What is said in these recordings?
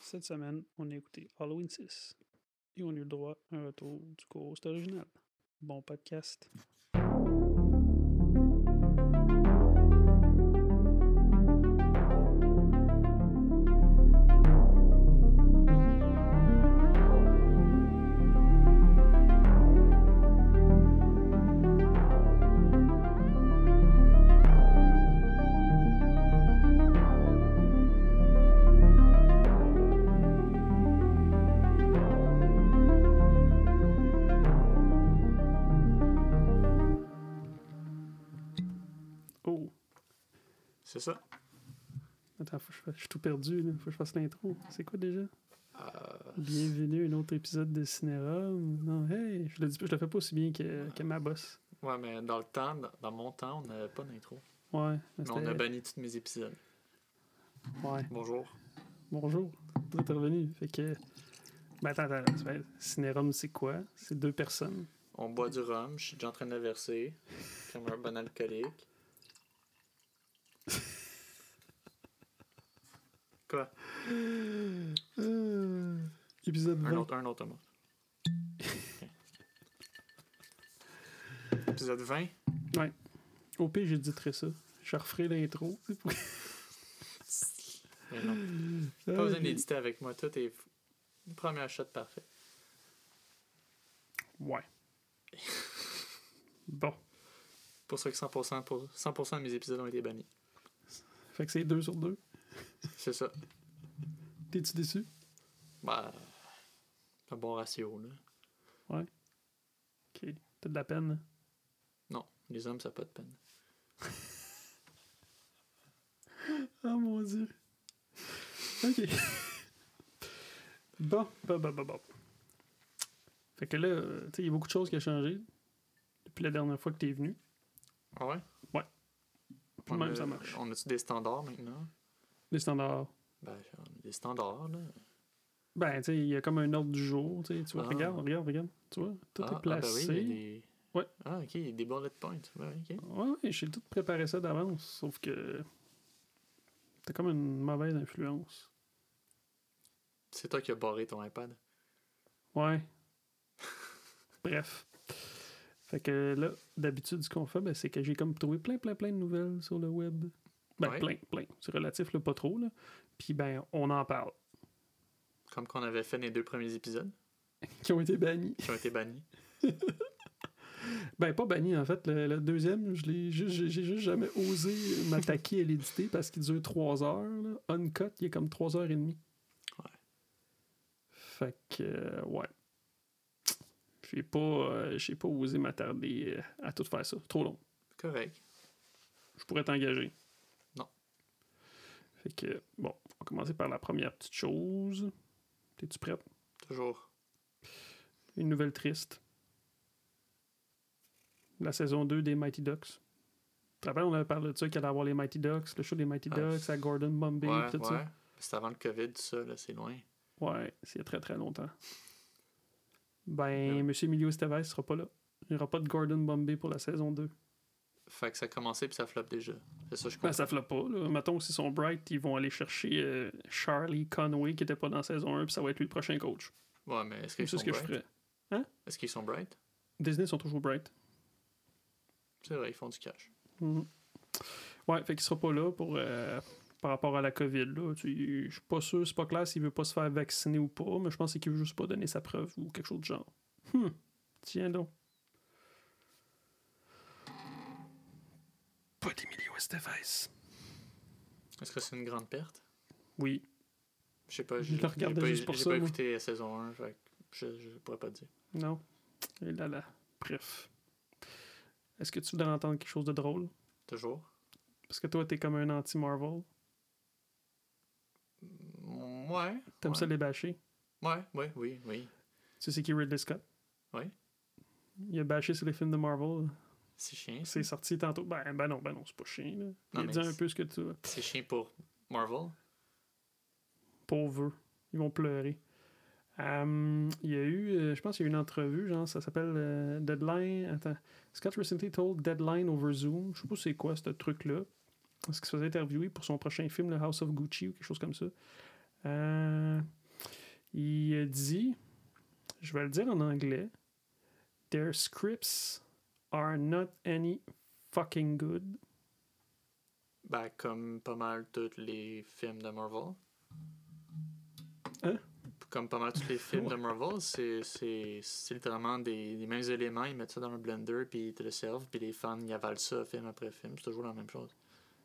Cette semaine, on a écouté Halloween 6 et on a eu le droit à un retour du co-host original. Bon podcast. Oh, C'est ça. attends, faut que je, fasse- je suis tout perdu, là. faut que je fasse l'intro. C'est quoi déjà Euh, Bienvenue à un autre épisode de Cinéra. Non, hey, je le, dis, je le fais pas aussi bien que, que ma boss. Ouais, mais dans le temps, dans dans mon temps, on n'avait pas d'intro. Ouais, mais Mais on a c'était- banni tous mes épisodes. ouais. Bonjour. Bonjour, toi t'es revenu. Fait que. Ben attends, attends, ça va être- Cinérum, c'est quoi C'est deux personnes. On boit du rhum, je suis déjà en train de la verser. Comme un bon alcoolique. Quoi? Euh, Épisode Un 20. autre, un autre mot. Épisode 20. Au pire, j'éditerai ça. Je referai l'intro. Mais non. Pas besoin d'éditer avec moi, tout est première shot parfait. Ouais. Bon. Pour ça que 100%, pour 100 de mes épisodes ont été bannis. Fait que c'est deux sur deux. C'est ça. T'es-tu déçu Bah, un bon ratio, là. Ok. T'as de la peine. Non, les hommes, ça n'a pas de peine. Oh mon dieu. Ok. bon, bon, bon, bon, bon. Fait que là, euh, tu sais, il y a beaucoup de choses qui ont changé depuis la dernière fois que t'es venu. Ah ouais? Puis de On même, a- ça marche. On a-tu des standards maintenant? Les standards. Ben, on a des standards, là. Ben, tu sais, il y a comme un ordre du jour, tu sais, tu vois. Ah. Regarde, regarde, regarde. Tu vois, tout ah, est placé. Ah, ben oui, il y a des... Ouais. Ah, ok, il y a des bullet points. Ouais, ok. Ouais, ouais, j'ai tout préparé ça d'avance, sauf que. T'as comme une mauvaise influence. C'est toi qui as barré ton iPad. Ouais. Bref. Fait que là, d'habitude, ce qu'on fait, ben, c'est que j'ai comme trouvé plein, plein, plein de nouvelles sur le web. Ben, Ouais. plein, plein. C'est relatif, là, pas trop, là. Puis, ben, on en parle. Comme qu'on avait fait dans les deux premiers épisodes, Qui ont été bannis. qui ont été bannis. Ben, pas bannis, en fait. Le, le deuxième, je l'ai juste, j'ai j'ai juste jamais osé m'attaquer à l'éditer parce qu'il dure 3 heures. Là. Uncut, il est comme 3 heures et demie. Ouais. Fait que, euh, ouais. J'ai pas, euh, j'ai pas osé m'attarder euh, à tout faire ça. Trop long. Correct. Je pourrais t'engager. Non. Fait que, bon, on va commencer par la première petite chose. T'es-tu prête? Toujours. Une nouvelle triste. La saison 2 des Mighty Ducks. Tu te rappelles, on avait parlé de ça, qu'il allait avoir les Mighty Ducks, le show des Mighty Ah, Ducks à Gordon Bombay, ouais, tout ouais. ça. C'est avant le COVID, tout ça, là, c'est loin. Ouais, c'est il y a très très longtemps. Ouais. Ben, Monsieur Emilio Estevez sera pas là. Il n'y aura pas de Gordon Bombay pour la saison 2. Fait que ça a commencé puis ça floppe déjà. C'est ça, je comprends. Ben, ça floppe pas. Là. Mettons, s'ils sont bright, ils vont aller chercher euh, Charlie Conway qui était pas dans saison 1, puis ça va être lui le prochain coach. ouais, mais est-ce C'est qu'ils sont ce que je bright? ferais. Est-ce qu'ils sont bright? Disney sont toujours bright. C'est vrai, ils font du cash. Mhm. Ouais, fait qu'il sera pas là pour, euh, par rapport à la COVID. là. Tu- Je suis pas sûr, c'est pas clair s'il veut pas se faire vacciner ou pas, mais je pense qu'il veut juste pas donner sa preuve ou quelque chose de genre. Hmm. Tiens donc. Pas d'Emilio Estevez. Est-ce que c'est une grande perte? Oui. Je sais pas, Je j'ai le j'ai regardais pas, juste pour j'ai ça, pas moi. écouté la saison 1, fait que je, je pourrais pas te dire. Non. Et là là. Bref. Est-ce que tu voudrais entendre quelque chose de drôle? Toujours. Parce que toi, t'es comme un anti-Marvel. Mm, Ouais. T'aimes ouais. ça les bâcher. Ouais, ouais, oui, oui. Tu sais qui est Ridley Scott? Oui. Il a bâché sur les films de Marvel. C'est chiant. ça. C'est sorti tantôt. Ben, ben non, ben non, c'est pas chiant. Là. Il Non, a mais dit un c'est- peu ce que tu veux. C'est chiant pour Marvel. Pauvres. Ils vont pleurer. Hum, il y a eu, euh, je pense qu'il y a eu une entrevue, genre, ça s'appelle euh, Deadline. Attends. Scott recently told Deadline over Zoom. Je sais pas c'est quoi ce truc-là. Parce qu'il se faisait interviewer pour son prochain film, le House of Gucci ou quelque chose comme ça. Euh, Il dit, je vais le dire en anglais, Their scripts are not any fucking good. Ben, comme pas mal tous les films de Marvel. Hein? Comme pas mal tous les films de Marvel, c'est- c'est c'est littéralement des, les mêmes éléments. Ils mettent ça dans un blender, puis ils te le servent, puis les fans, ils avalent ça film après film. C'est toujours la même chose.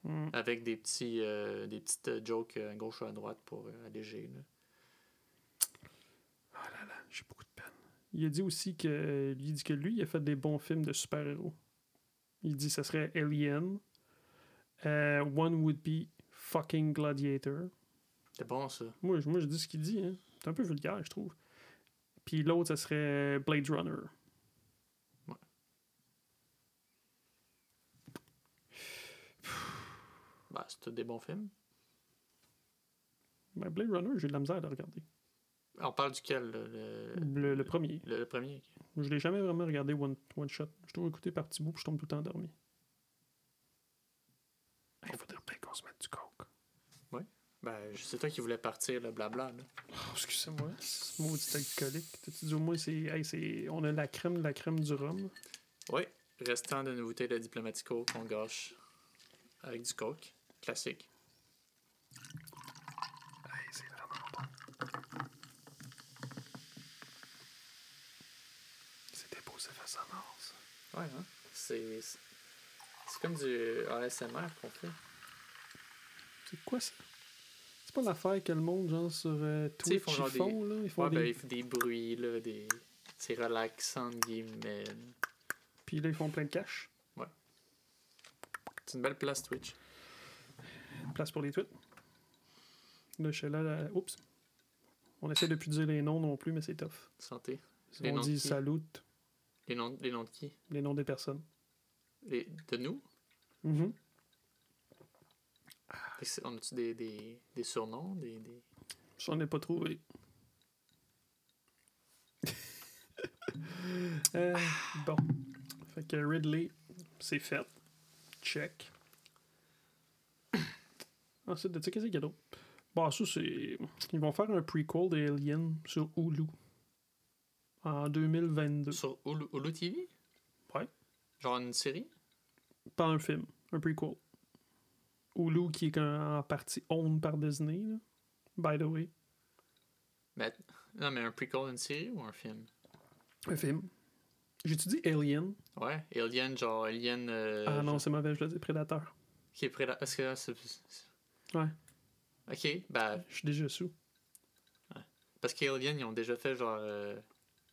Hmm. Avec des, petits, euh, des petites euh, jokes euh, à gauche ou à droite pour euh, alléger. là. J'ai beaucoup de peine. Il a dit aussi que, il dit que lui, il a fait des bons films de super-héros. Il dit que ce serait Alien. Euh, one would be fucking Gladiator. C'est bon, ça. Moi, je, moi, je dis ce qu'il dit. Hein. C'est un peu vulgaire, je trouve. Puis l'autre, ça serait Blade Runner. Ouais. Ben, c'est tous des bons films. Ben, Blade Runner, j'ai de la misère à le regarder. Ah, On parle duquel là, le, Le, le premier. le- le premier. Je l'ai jamais vraiment regardé one, one shot. Je trouve écouté par petits bouts, puis je tombe tout le temps endormi. Il faudrait peut-être qu'on se mette du coke. Ben, je- c'est toi qui voulais partir le blabla. Là. Oh, excusez-moi, ce maudit alcoolique. T'as-tu dit au moins, c'est, hey, c'est, on a la crème de la crème du rhum. Oui, restant de nouveauté de Diplomatico qu'on gâche avec du coke, classique. Hey, c'est vraiment bon. C'était beau, ça fait sonore, ça. Ouais, hein? C'est c'est- c'est comme du ASMR qu'on fait. C'est quoi ça? C'est pas l'affaire que le monde, genre, sur euh, sais, ils Twitch, font ils font, genre des- là? Ils font Ouais, des... ben, il fait des bruits, là, des... C'est relaxant, entre guillemets. là. Puis là, ils font plein de cash. C'est une belle place, Twitch. Place pour les tweets. Là, je suis là, là- Oups. On essaie de plus dire les noms non plus, mais c'est tough. Santé. Les On noms de dit qui? salut, Les noms, les noms de qui? les noms des personnes. Les... De nous? Mhm. Fait que c'est- On a-tu des, des, des surnoms? Des, des... J'en ai pas trouvé. Euh, bon. Fait que Ridley, c'est fait. Check. Ensuite de ça, qu'est-ce qu'il y a d'autre? Bon, ça, c'est. Ils vont faire un prequel des Aliens sur Hulu. En 2022. Sur Hulu, Hulu TV? Ouais. Genre une série? Pas un film, un prequel. Hulu qui est en en partie owned par Disney, là. By the way. Mais... Non, mais un prequel, une série ou un film? Un film. J'ai-tu dit Alien? Ouais, Alien, genre Alien... euh, ah non, genre- c'est mauvais, je le dis Prédateur. Qui est prêt là? Est-ce que là, c'est. c'est- Ouais. Ok, bah. Je suis déjà sous. Parce qu'Alien, ils ont déjà fait genre. euh,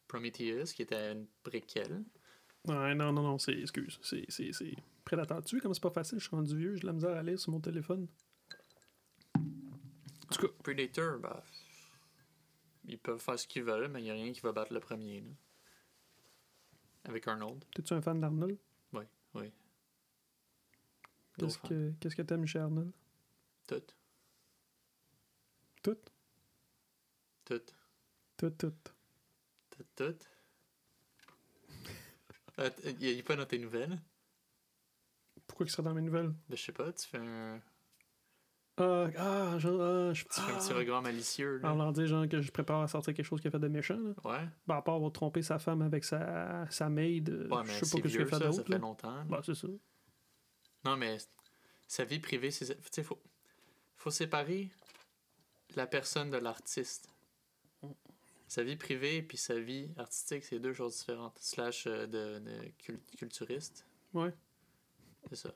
Prometheus, qui était une préquelle. Ouais, non, non, non, c'est. Excuse. C'est. c'est, c'est... Prédateur. Tu vois comme c'est pas facile, je suis rendu vieux, j'ai de la misère à lire sur mon téléphone. En tout cas, Predator, bah. Ils peuvent faire ce qu'ils veulent, mais il n'y a rien qui va battre le premier, là. Avec Arnold. t'es-tu un fan d'Arnold? Oui, oui. Gros Qu'est-ce fan. que, qu'est-ce que t'aimes chez Arnold? Tout, Tout? tout, Tout, tout. tout, tout. Euh, t- Il n'y a pas dans tes nouvelles? Ben, Pourquoi qu'il serait dans mes nouvelles? Je sais pas, tu fais un, Ah, ah, genre, ah, je. tu fais un petit ah. regard malicieux, là. En leur disant genre que je prépare à sortir quelque chose qui a fait de méchant, là. Ouais, Ben, à part avoir trompé sa femme avec sa, sa maid, euh, ouais, je mais sais c'est pas ce qu'il vieux, a fait ça, ça d'autre, fait là. longtemps. là. Ben, c'est ça. Non, mais sa vie privée, c'est. Tu sais, faut, faut séparer la personne de l'artiste. Sa vie privée puis sa vie artistique, c'est deux choses différentes. Slash euh, de, de cul- culturiste. Ouais. C'est ça.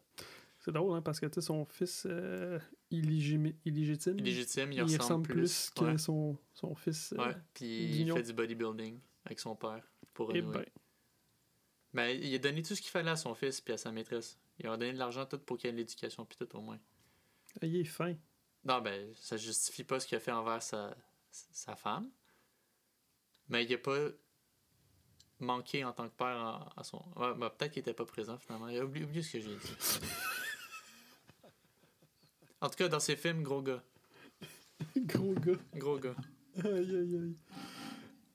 C'est drôle, hein, parce que, tu sais, son fils euh, illégimi- illégitime. Illégitime, il, il ressemble, plus. que ouais. son, son fils. euh, Ouais. Puis Guignon. il fait du bodybuilding avec son père pour eh renouer. ben, Mais il a donné tout ce qu'il fallait à son fils puis à sa maîtresse. Il a donné de l'argent tout pour qu'il ait de l'éducation puis tout au moins. ben, il est fin. Non, ben, ça justifie pas ce qu'il a fait envers sa, sa femme. Mais il a pas manqué en tant que père en- à son. Ouais, ben, peut-être qu'il était pas présent finalement. Il a oublié, oublié ce que j'ai dit. en tout cas, dans ses films, gros gars. Gros gars. Gros gars. Aïe, aïe, aïe.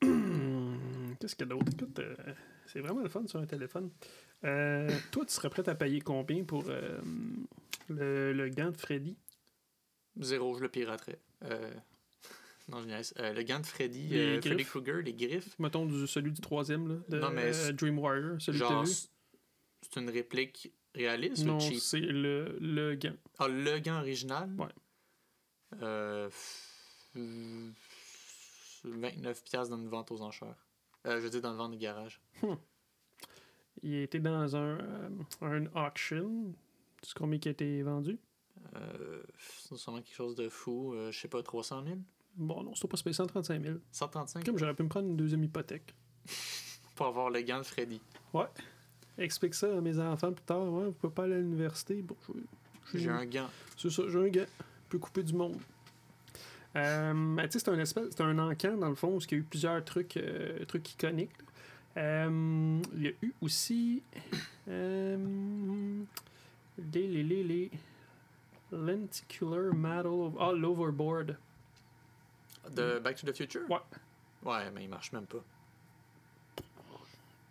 Hum, Qu'est-ce qu'il y a d'autre? Écoute, euh, c'est vraiment le fun sur un téléphone. Euh, toi, tu serais prêt à payer combien pour euh, le, le gant de Freddy? Zéro, je le piraterais. Euh, Non, je niaise. Euh, le gant de Freddy, Les euh, griffes. Freddy Krueger, les griffes, Mettons du- celui du troisième, là, de Non, mais euh, c'est- Dream Warrior, celui que t'as genre, vu. c'est c'est une réplique réaliste Non, ou cheap? c'est le, le gant. Ah, le gant original? Ouais. Euh, f- euh, 29 piastres dans une vente aux enchères. Euh, je veux dire, dans une vente de garage. Il a été dans un, euh, un auction. Tu sais combien qui a été vendu? Euh, c'est sûrement quelque chose de fou. euh, je sais pas, 300 000? Bon, non, c'est pas spécial, 135 000. 135 Comme j'aurais pu me prendre une deuxième hypothèque. pour avoir le gant de Freddy. Explique ça à mes enfants plus tard. Ouais, vous pouvez pas aller à l'université. Bon, je, je- J'ai un gant. C'est ça, j'ai un gars. peut couper du monde. Euh, tu sais, c'est un espèce, c'est un encan dans le fond, où il y a eu plusieurs trucs, euh, trucs iconiques. là. Euh, il y a eu aussi euh, les, les, les, les lenticular metal of- ah, all overboard. De Back to the Future? Ouais. Ouais, mais il marche même pas.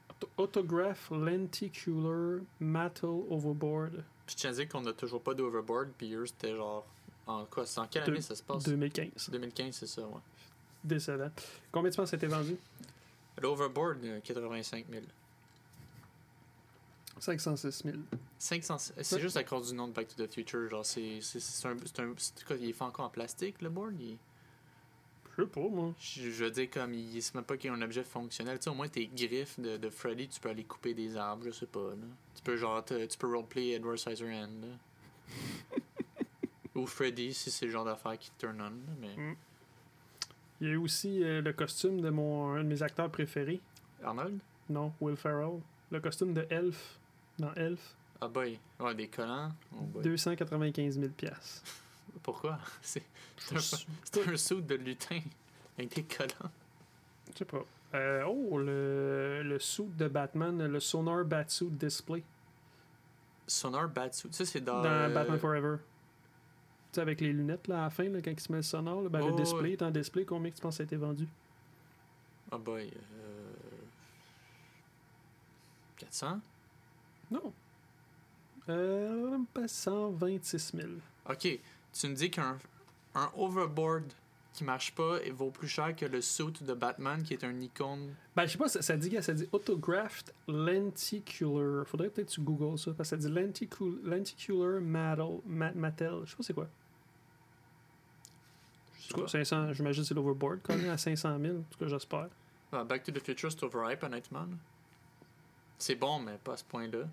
Auto- Autograph lenticular metal overboard Puis je tiens à dire qu'on n'a toujours pas d'overboard, puis eux, c'était genre. En quoi C'est en quelle Deux- année ça se passe 2015. 2015, c'est ça, ouais. Décédent. Combien de temps c'était vendu L'overboard, euh, 85 000. 506 000. 500, c'est Ouais. juste à cause du nom de Back to the Future. Genre, c'est c'est- c'est un. c'est un c'est quoi, il est fait encore en plastique, le board il- Je sais pas, moi. je, je veux dire, comme, il, c'est même pas qu'il y a un objet fonctionnel. Tu sais, au moins, tes griffes de, de Freddy, tu peux aller couper des arbres, je sais pas. là. Tu peux, genre, te- tu peux roleplay Edward Scissorhand. là. Ou Freddy, si c'est le genre d'affaire qui te turn on. là, Mais... Il y a eu aussi euh, le costume de mon, un de mes acteurs préférés. Arnold Non, Will Ferrell. Le costume de Elf dans Elf, Ah, boy. Ouais, des collants. Oh boy. 295 000 pièces. Pourquoi C'est Je sais c'est un saut de lutin avec des collants. je sais pas. Euh, oh, le, le suit de Batman, le Sonar Batsuit Display Sonar Batsuit. Ça, c'est dans. dans euh, Batman Forever. Tu sais, avec les lunettes là, à la fin, là, quand il se met le sonar, là, ben, Oh, le display ouais. est en display, combien que tu penses que ça a été vendu Ah boy. euh, 400? Non. Euh, même pas 126 000. Ok, tu me dis qu'un un overboard qui marche pas et vaut plus cher que le suit de Batman qui est un icône. Ben, je sais pas, ça, ça dit ça dit autographed lenticular. Faudrait peut-être que tu googles ça, parce que ça dit lenticul- lenticular metal, ma- mattel. Je sais pas c'est quoi. En Je sais tout pas. cas, 500, j'imagine c'est l'overboard, quand même à 500 000, en tout cas, j'espère. Ah, Back to the Future, c'est overhype, honnêtement. là. C'est bon, mais pas à ce point-là.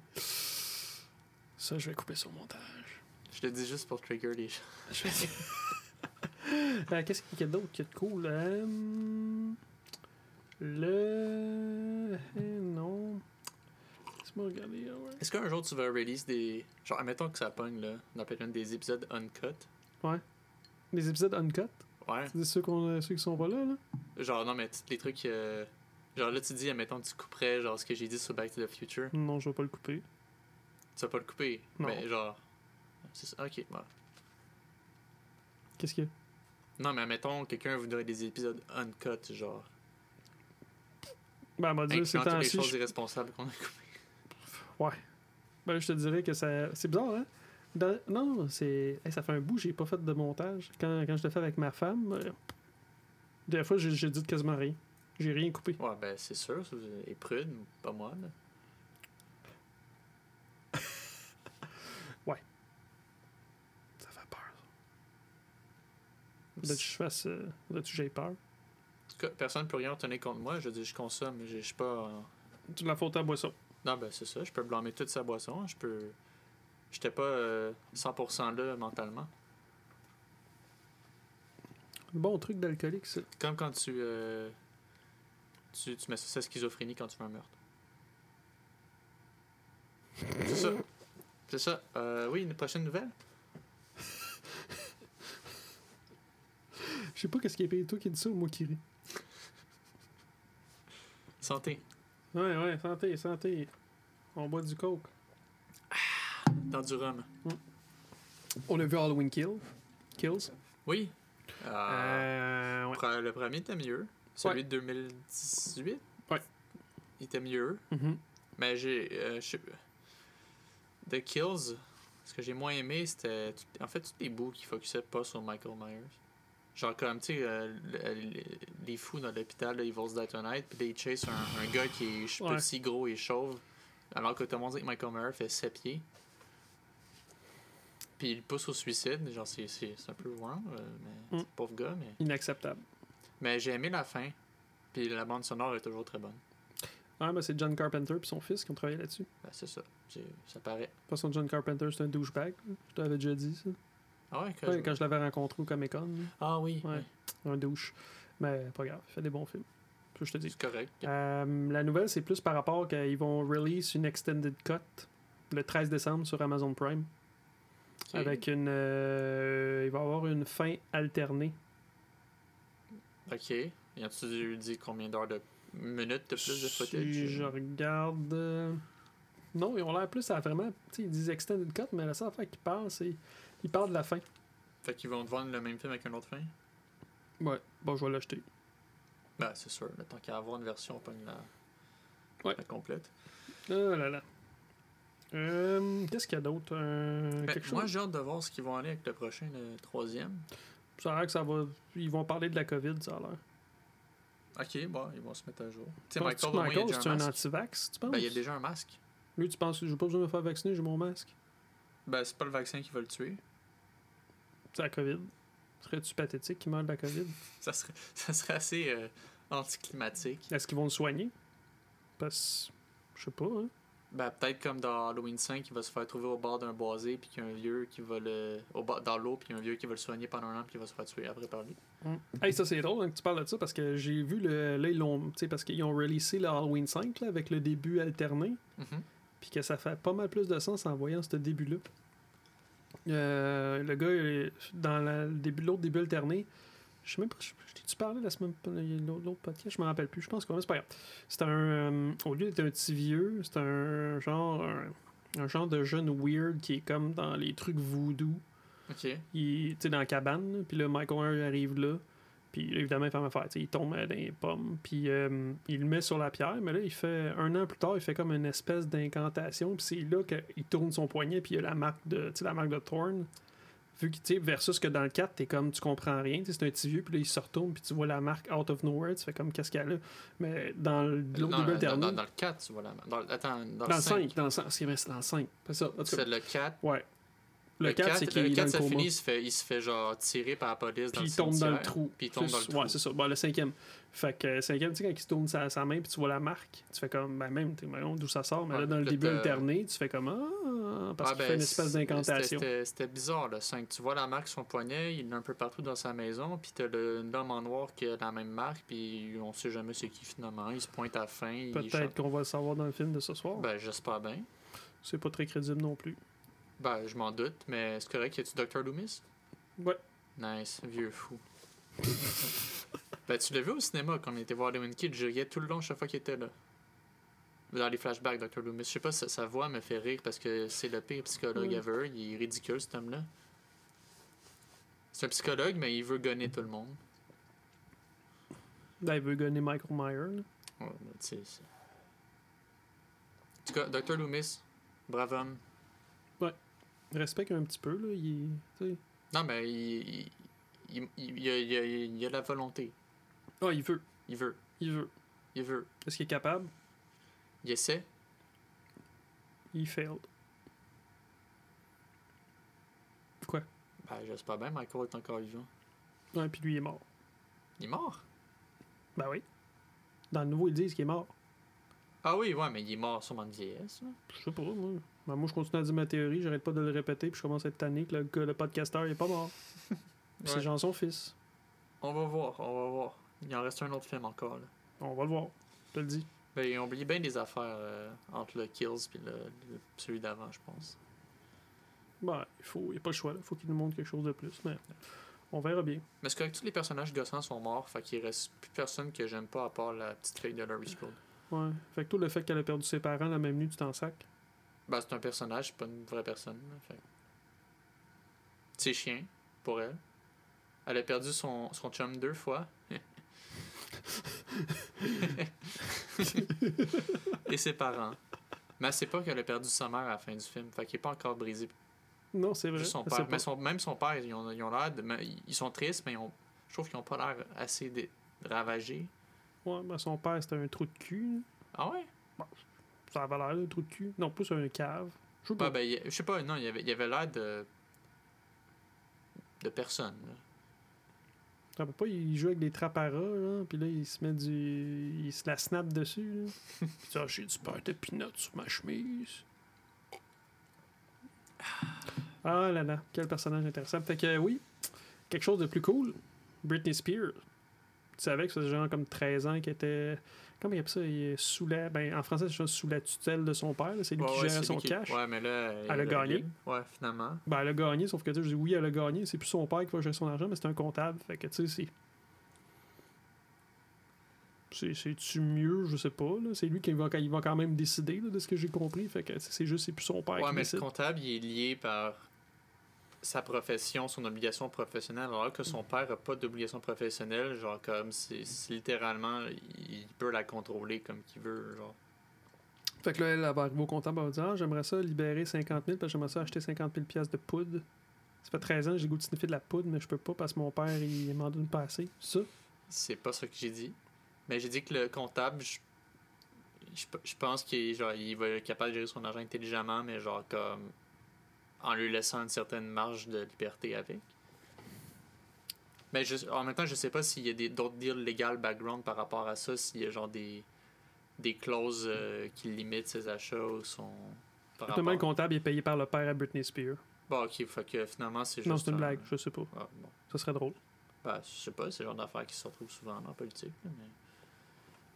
Ça, je vais couper sur le montage. Je le dis juste pour trigger les gens. Je vais- Euh, Qu'est-ce qu'il y a d'autre qui est cool? Euh, le. eh, non. Laisse-moi regarder. ah ouais. Est-ce qu'un jour tu vas release des. Genre, admettons que ça pogne, là, dans peut-être un des épisodes uncut. Les épisodes uncut, Ouais. c'est ceux, qu'on- euh, ceux qui sont pas là, là. Genre, non, mais t- les trucs. euh, Genre, là, tu dis, admettons, tu couperais, genre, ce que j'ai dit sur Back to the Future. Non, je vais pas le couper. Tu vas pas le couper. Non. Mais genre. C'est ça. Ok, voilà. Qu'est-ce qu'il y a? Non, mais admettons, quelqu'un voudrait des épisodes uncut, genre. Ben, elle m'a dit, c'est Incluant toutes les temps-ci, choses je- irresponsables qu'on a coupées. ben, je te dirais que ça. C'est bizarre, hein? Dans- Non, c'est. hey, ça fait un bout, j'ai pas fait de montage. Quand, quand je l'ai fait avec ma femme, euh, des fois, j'ai- j'ai dit quasiment rien. J'ai rien coupé. Ouais, ben, c'est sûr. ça, vous- Et prude, pas moi, là. Ça fait peur. Faudrait que je fasse. euh, faudrait que j'aille peur. En tout cas, personne peut rien retenir contre moi. Je dis, je consomme. Je je suis pas. en- Tu la faute à boisson. Non, ben c'est ça. Je peux blâmer toute sa boisson. Je peux. J'étais pas euh, 100% là mentalement. Bon truc d'alcoolique, ça. Comme quand tu. euh, tu, tu mets ça, c'est schizophrénie quand tu veux un meurtre. C'est ça. C'est ça. Euh, oui, une prochaine nouvelle. Je sais pas qu'est-ce qui est payé, toi qui dis ça ou moi qui ris. Santé. Ouais, ouais, santé, santé. On boit du coke. Dans du rhum. On a vu Halloween Kill. Kills. Oui. Euh, Euh, ouais. pre- Le premier était mieux. Celui de 2018. Ouais. Il était mieux. Mhm. Mais j'ai. euh, je sais- The Kills, ce que j'ai moins aimé, c'était. tout- En fait, tous les bouts qui focusaient pas sur Michael Myers. Genre comme, tu sais, euh, le- le- les fous dans l'hôpital, là, ils vont se détonner, puis là, ils chasent un, un gars qui est ch- Ouais. petit, gros et chauve, alors que tout le monde dit que Michael Myers fait 7 pieds. Puis il le pousse au suicide, genre, c'est c'est- c'est un peu wrong, euh, mais Mm. c'est pauvre gars, mais... Inacceptable. Mais j'ai aimé la fin, puis la bande sonore est toujours très bonne. Ah, mais c'est John Carpenter et son fils qui ont travaillé là-dessus. Ben, c'est ça, C'est- ça paraît. De toute façon, John Carpenter, c'est un douchebag. Je t'avais déjà dit ça. Ah ouais, que Ouais, je- quand je l'avais rencontré au Comic Con, Ah oui, Ouais. ouais. un douche. Mais pas grave, il fait des bons films. C'est ce que je te dis. c'est correct. Euh, la nouvelle, c'est plus par rapport qu'ils vont release une extended cut le 13 décembre sur Amazon Prime. C'est- Avec une. euh, il va y avoir une fin alternée. Ok. Y a-tu dit combien d'heures de minutes de plus de footage Si je regarde. euh, Non, ils ont l'air plus à vraiment. Tu sais, ils disent extended cut, mais la seule affaire qu'ils parlent, c'est. Ils parlent de la fin. Fait qu'ils vont te vendre le même film avec une autre fin Ouais, bon, je vais l'acheter. Ben, c'est sûr. là, Tant qu'à avoir une version, on pogne la... Ouais. la complète. Oh là là. Euh, Qu'est-ce qu'il y a d'autre Euh, Ben, Quelque moi, chose j'ai hâte de voir ce qu'ils vont aller avec le prochain, le troisième. Ça a l'air que ça va. Ils vont parler de la COVID, ça a l'air. Ok, bon, ils vont se mettre à jour. Tu sais, Penses-tu que Michael, au moins, il y a Michael, déjà c'est un un masque. anti-vax, tu penses Ben, il y a déjà un masque. Lui, tu penses que j'ai pas besoin de me faire vacciner, j'ai mon masque Ben, c'est pas le vaccin qui va le tuer. C'est la COVID. Serais-tu pathétique qu'il meurt de la COVID Ça serait, ça serait assez euh, anticlimatique. Est-ce qu'ils vont le soigner Parce. Je sais pas, hein. Ben, peut-être comme dans Halloween 5, il va se faire trouver au bord d'un boisé, puis qu'il y a un vieux qui va le. Au bord, dans l'eau, puis il y a un vieux qui va le soigner pendant un an, puis il va se faire tuer après par lui. Hey, ça c'est drôle hein, que tu parles de ça parce que j'ai vu le. Là, ils l'ont. Tu sais, parce qu'ils ont releasé le Halloween 5 là, avec le début alterné. Mhm. Puis que ça fait pas mal plus de sens en voyant ce début-là. Euh, le gars, euh, dans la- le début, l'autre début alterné, je sais même pas, je, je t'ai-tu parlé la semaine, l'autre l'autre podcast, je me rappelle plus, je pense qu'on c'est pas grave. C'est un, euh, au lieu d'être un petit vieux, c'est un genre, un, un genre de jeune weird qui est comme dans les trucs voodoo, Ok. il est tu sais, dans la cabane, là, puis là, Michael Myers arrive là, puis là, évidemment, il fait ma affaire, tu sais, il tombe euh, dans les pommes, puis euh, il le met sur la pierre, mais là, il fait, un an plus tard, il fait comme une espèce d'incantation, puis c'est là qu'il tourne son poignet, puis il y a la marque de, tu sais, la marque de Thorn. Vu que, tu sais, versus que dans le 4, t'es comme, tu comprends rien, tu sais, c'est un petit vieux, puis là, il se retourne, puis tu vois la marque out of nowhere, tu fais comme, qu'est-ce qu'il y a là? Mais dans le- Dans, l'autre début dans, alterné, dans- dans le 4, tu vois la dans, Attends, dans dans, le le 5. 5, dans le 5, c'est vrai, c'est dans le 5. C'est ça, en tout cas, C'est le 4. ouais. Le, 4, c'est qu'il est le dans 4 le ça coma. finit, il se, fait, il se fait genre tirer par la police dans puis le il tombe dans le cimetière, trou. Puis il tombe dans le C'est- trou. Ouais, c'est ça. Bon, le cinquième. Fait que euh, cinquième, tu sais, quand il se tourne sa, sa main, puis tu vois la marque, tu fais comme, ben même, t'es marron d'où ça sort. Mais là, Ouais, dans le là, début t'as- alterné, tu fais comme, ah, parce Ah, qu'il ben, fait une espèce c'était- d'incantation. c'était- C'était bizarre, le 5. Tu vois la marque sur son poignet, il l'a un peu partout dans sa maison, puis t'as le- l'homme en noir qui a la même marque, puis on sait jamais c'est qui finalement. Il se pointe à la fin, il Peut-être chante. qu'on va le savoir dans le film de ce soir. Ben, j'espère bien. C'est pas très crédible non plus. Ben, je m'en doute, mais c'est correct. Y a-tu Dr. Loomis? Ouais. Nice, vieux fou. ben, tu l'as vu au cinéma quand on était voir Halloween Kid, je riais tout le long chaque fois qu'il était là. Dans les flashbacks, Dr. Loomis. Je sais pas, sa, sa voix me fait rire parce que c'est le pire psychologue Ouais. ever. Il est ridicule, cet homme-là. C'est un psychologue, mais il veut gonner tout le monde. Là, Ben, il veut gonner Michael Myers. là. Ouais, ben, tu sais, c'est- En tout cas, Dr. Loomis, brave homme. Respecte un petit peu, là. Il, est- tu sais. Non, mais il, il, il- il a- il a- il a la volonté. Ah, il veut. Il veut. Il veut. Il veut. Est-ce qu'il est capable? Il essaie. Il failed. Ben, j'espère bien, Michael est encore vivant. Ouais, puis lui, il est mort. Il est mort. Ben oui. Dans le nouveau, ils disent qu'il est mort. Ah oui, ouais, mais il est mort sûrement de vieillesse. là. Je sais pas, moi. Ben, moi, je continue à dire ma théorie, j'arrête pas de le répéter, puis je commence à être tanné que le, gars- le podcasteur, il est pas mort. Puis Ouais. C'est genre son fils. On va voir, on va voir. Il en reste un autre film encore. Là. On va le voir. Je te le dis. Ben, ils ont oublié bien des affaires euh, entre le Kills et le, le- celui d'avant, je pense. Ben, il faut, il a pas le choix, là. faut qu'il nous montre quelque chose de plus, mais on verra bien. Mais c'est correct, tous les personnages gossants sont morts, fait qu'il reste plus personne que j'aime pas à part la petite fille de Laurie Strode. Ouais. Fait que toi, le fait qu'elle a perdu ses parents la même nuit, tu t'en sacs. Ben, c'est un personnage, c'est pas une vraie personne. là, fait. C'est chien, pour elle. Elle a perdu son, son chum deux fois. Et ses parents. Mais elle sait pas qu'elle a perdu sa mère à la fin du film. Fait qu'il est pas encore brisé. Non, c'est vrai. Juste son C'est père. pas- Mais son- même son père, ils ont ils ont l'air de- mais Ils sont tristes, mais ils ont- Je trouve qu'ils ont pas l'air assez dé- ravagés. Ouais, ben, son père, c'était un trou de cul. là. Ah ouais? Ça avait l'air d'un trou de cul. Non, plus un cave. Je sais Ouais, pas. ben, il- je sais pas, non, il y avait, il y avait l'air de. de personne. là. Je me rappelle pas, il joue avec des traparas, là, puis là, il se met du... Il se la snap dessus, là. Puis ça, j'ai du beurre de peanut sur ma chemise. Ah là là, quel personnage intéressant. Fait que, oui, quelque chose de plus cool, Britney Spears. Tu savais que ce genre comme 13 ans qui était... Comment il appelle ça? Il est sous la... Ben, en français, c'est genre sous la tutelle de son père. là. C'est lui Ouais, qui ouais, gère c'est son lui qui- cash. Ouais, mais là. euh, Elle il a gagné. libre. Ouais, finalement. Ben, elle a gagné, sauf que tu sais, je dis oui, elle a gagné. C'est plus son père qui va gérer son argent, mais c'est un comptable. Fait que tu sais, c'est. c'est- C'est-tu mieux, je sais pas. là. C'est lui qui va, il va quand même décider là, de ce que j'ai compris. Fait que tu sais, c'est juste, c'est plus son père Ouais, qui mais le décide. comptable, il est lié par sa profession, son obligation professionnelle, alors que son père n'a pas d'obligation professionnelle, genre comme c'est c'est littéralement, il peut la contrôler comme qu'il veut, genre. Fait que là, elle, elle va arriver au comptable, elle va dire Ah, J'aimerais ça libérer 50 000 parce que j'aimerais ça acheter 50 000 piastres de poudre. Ça fait 13 ans que j'ai le goût de sniffer de la poudre, mais je peux pas parce que mon père, il m'en donne pas assez. Ça, C'est pas ce que j'ai dit. Mais j'ai dit que le comptable, je, je, pe- je pense qu'il est, genre, il va être capable de gérer son argent intelligemment, mais genre comme en lui laissant une certaine marge de liberté avec. Mais je- en même temps, je sais pas s'il y a des- d'autres deals légal background par rapport à ça, s'il y a genre des, des clauses euh, qui limitent ses achats ou son. Par Justement, le rapport- comptable, il est payé par le père à Britney Spears. Bon, ok, fait que finalement, c'est juste. Non, c'est une un- blague, je sais pas. Ah, bon. Ça serait drôle. Ben, je sais pas, c'est le genre d'affaires qui se retrouvent souvent en politique. là, Mais...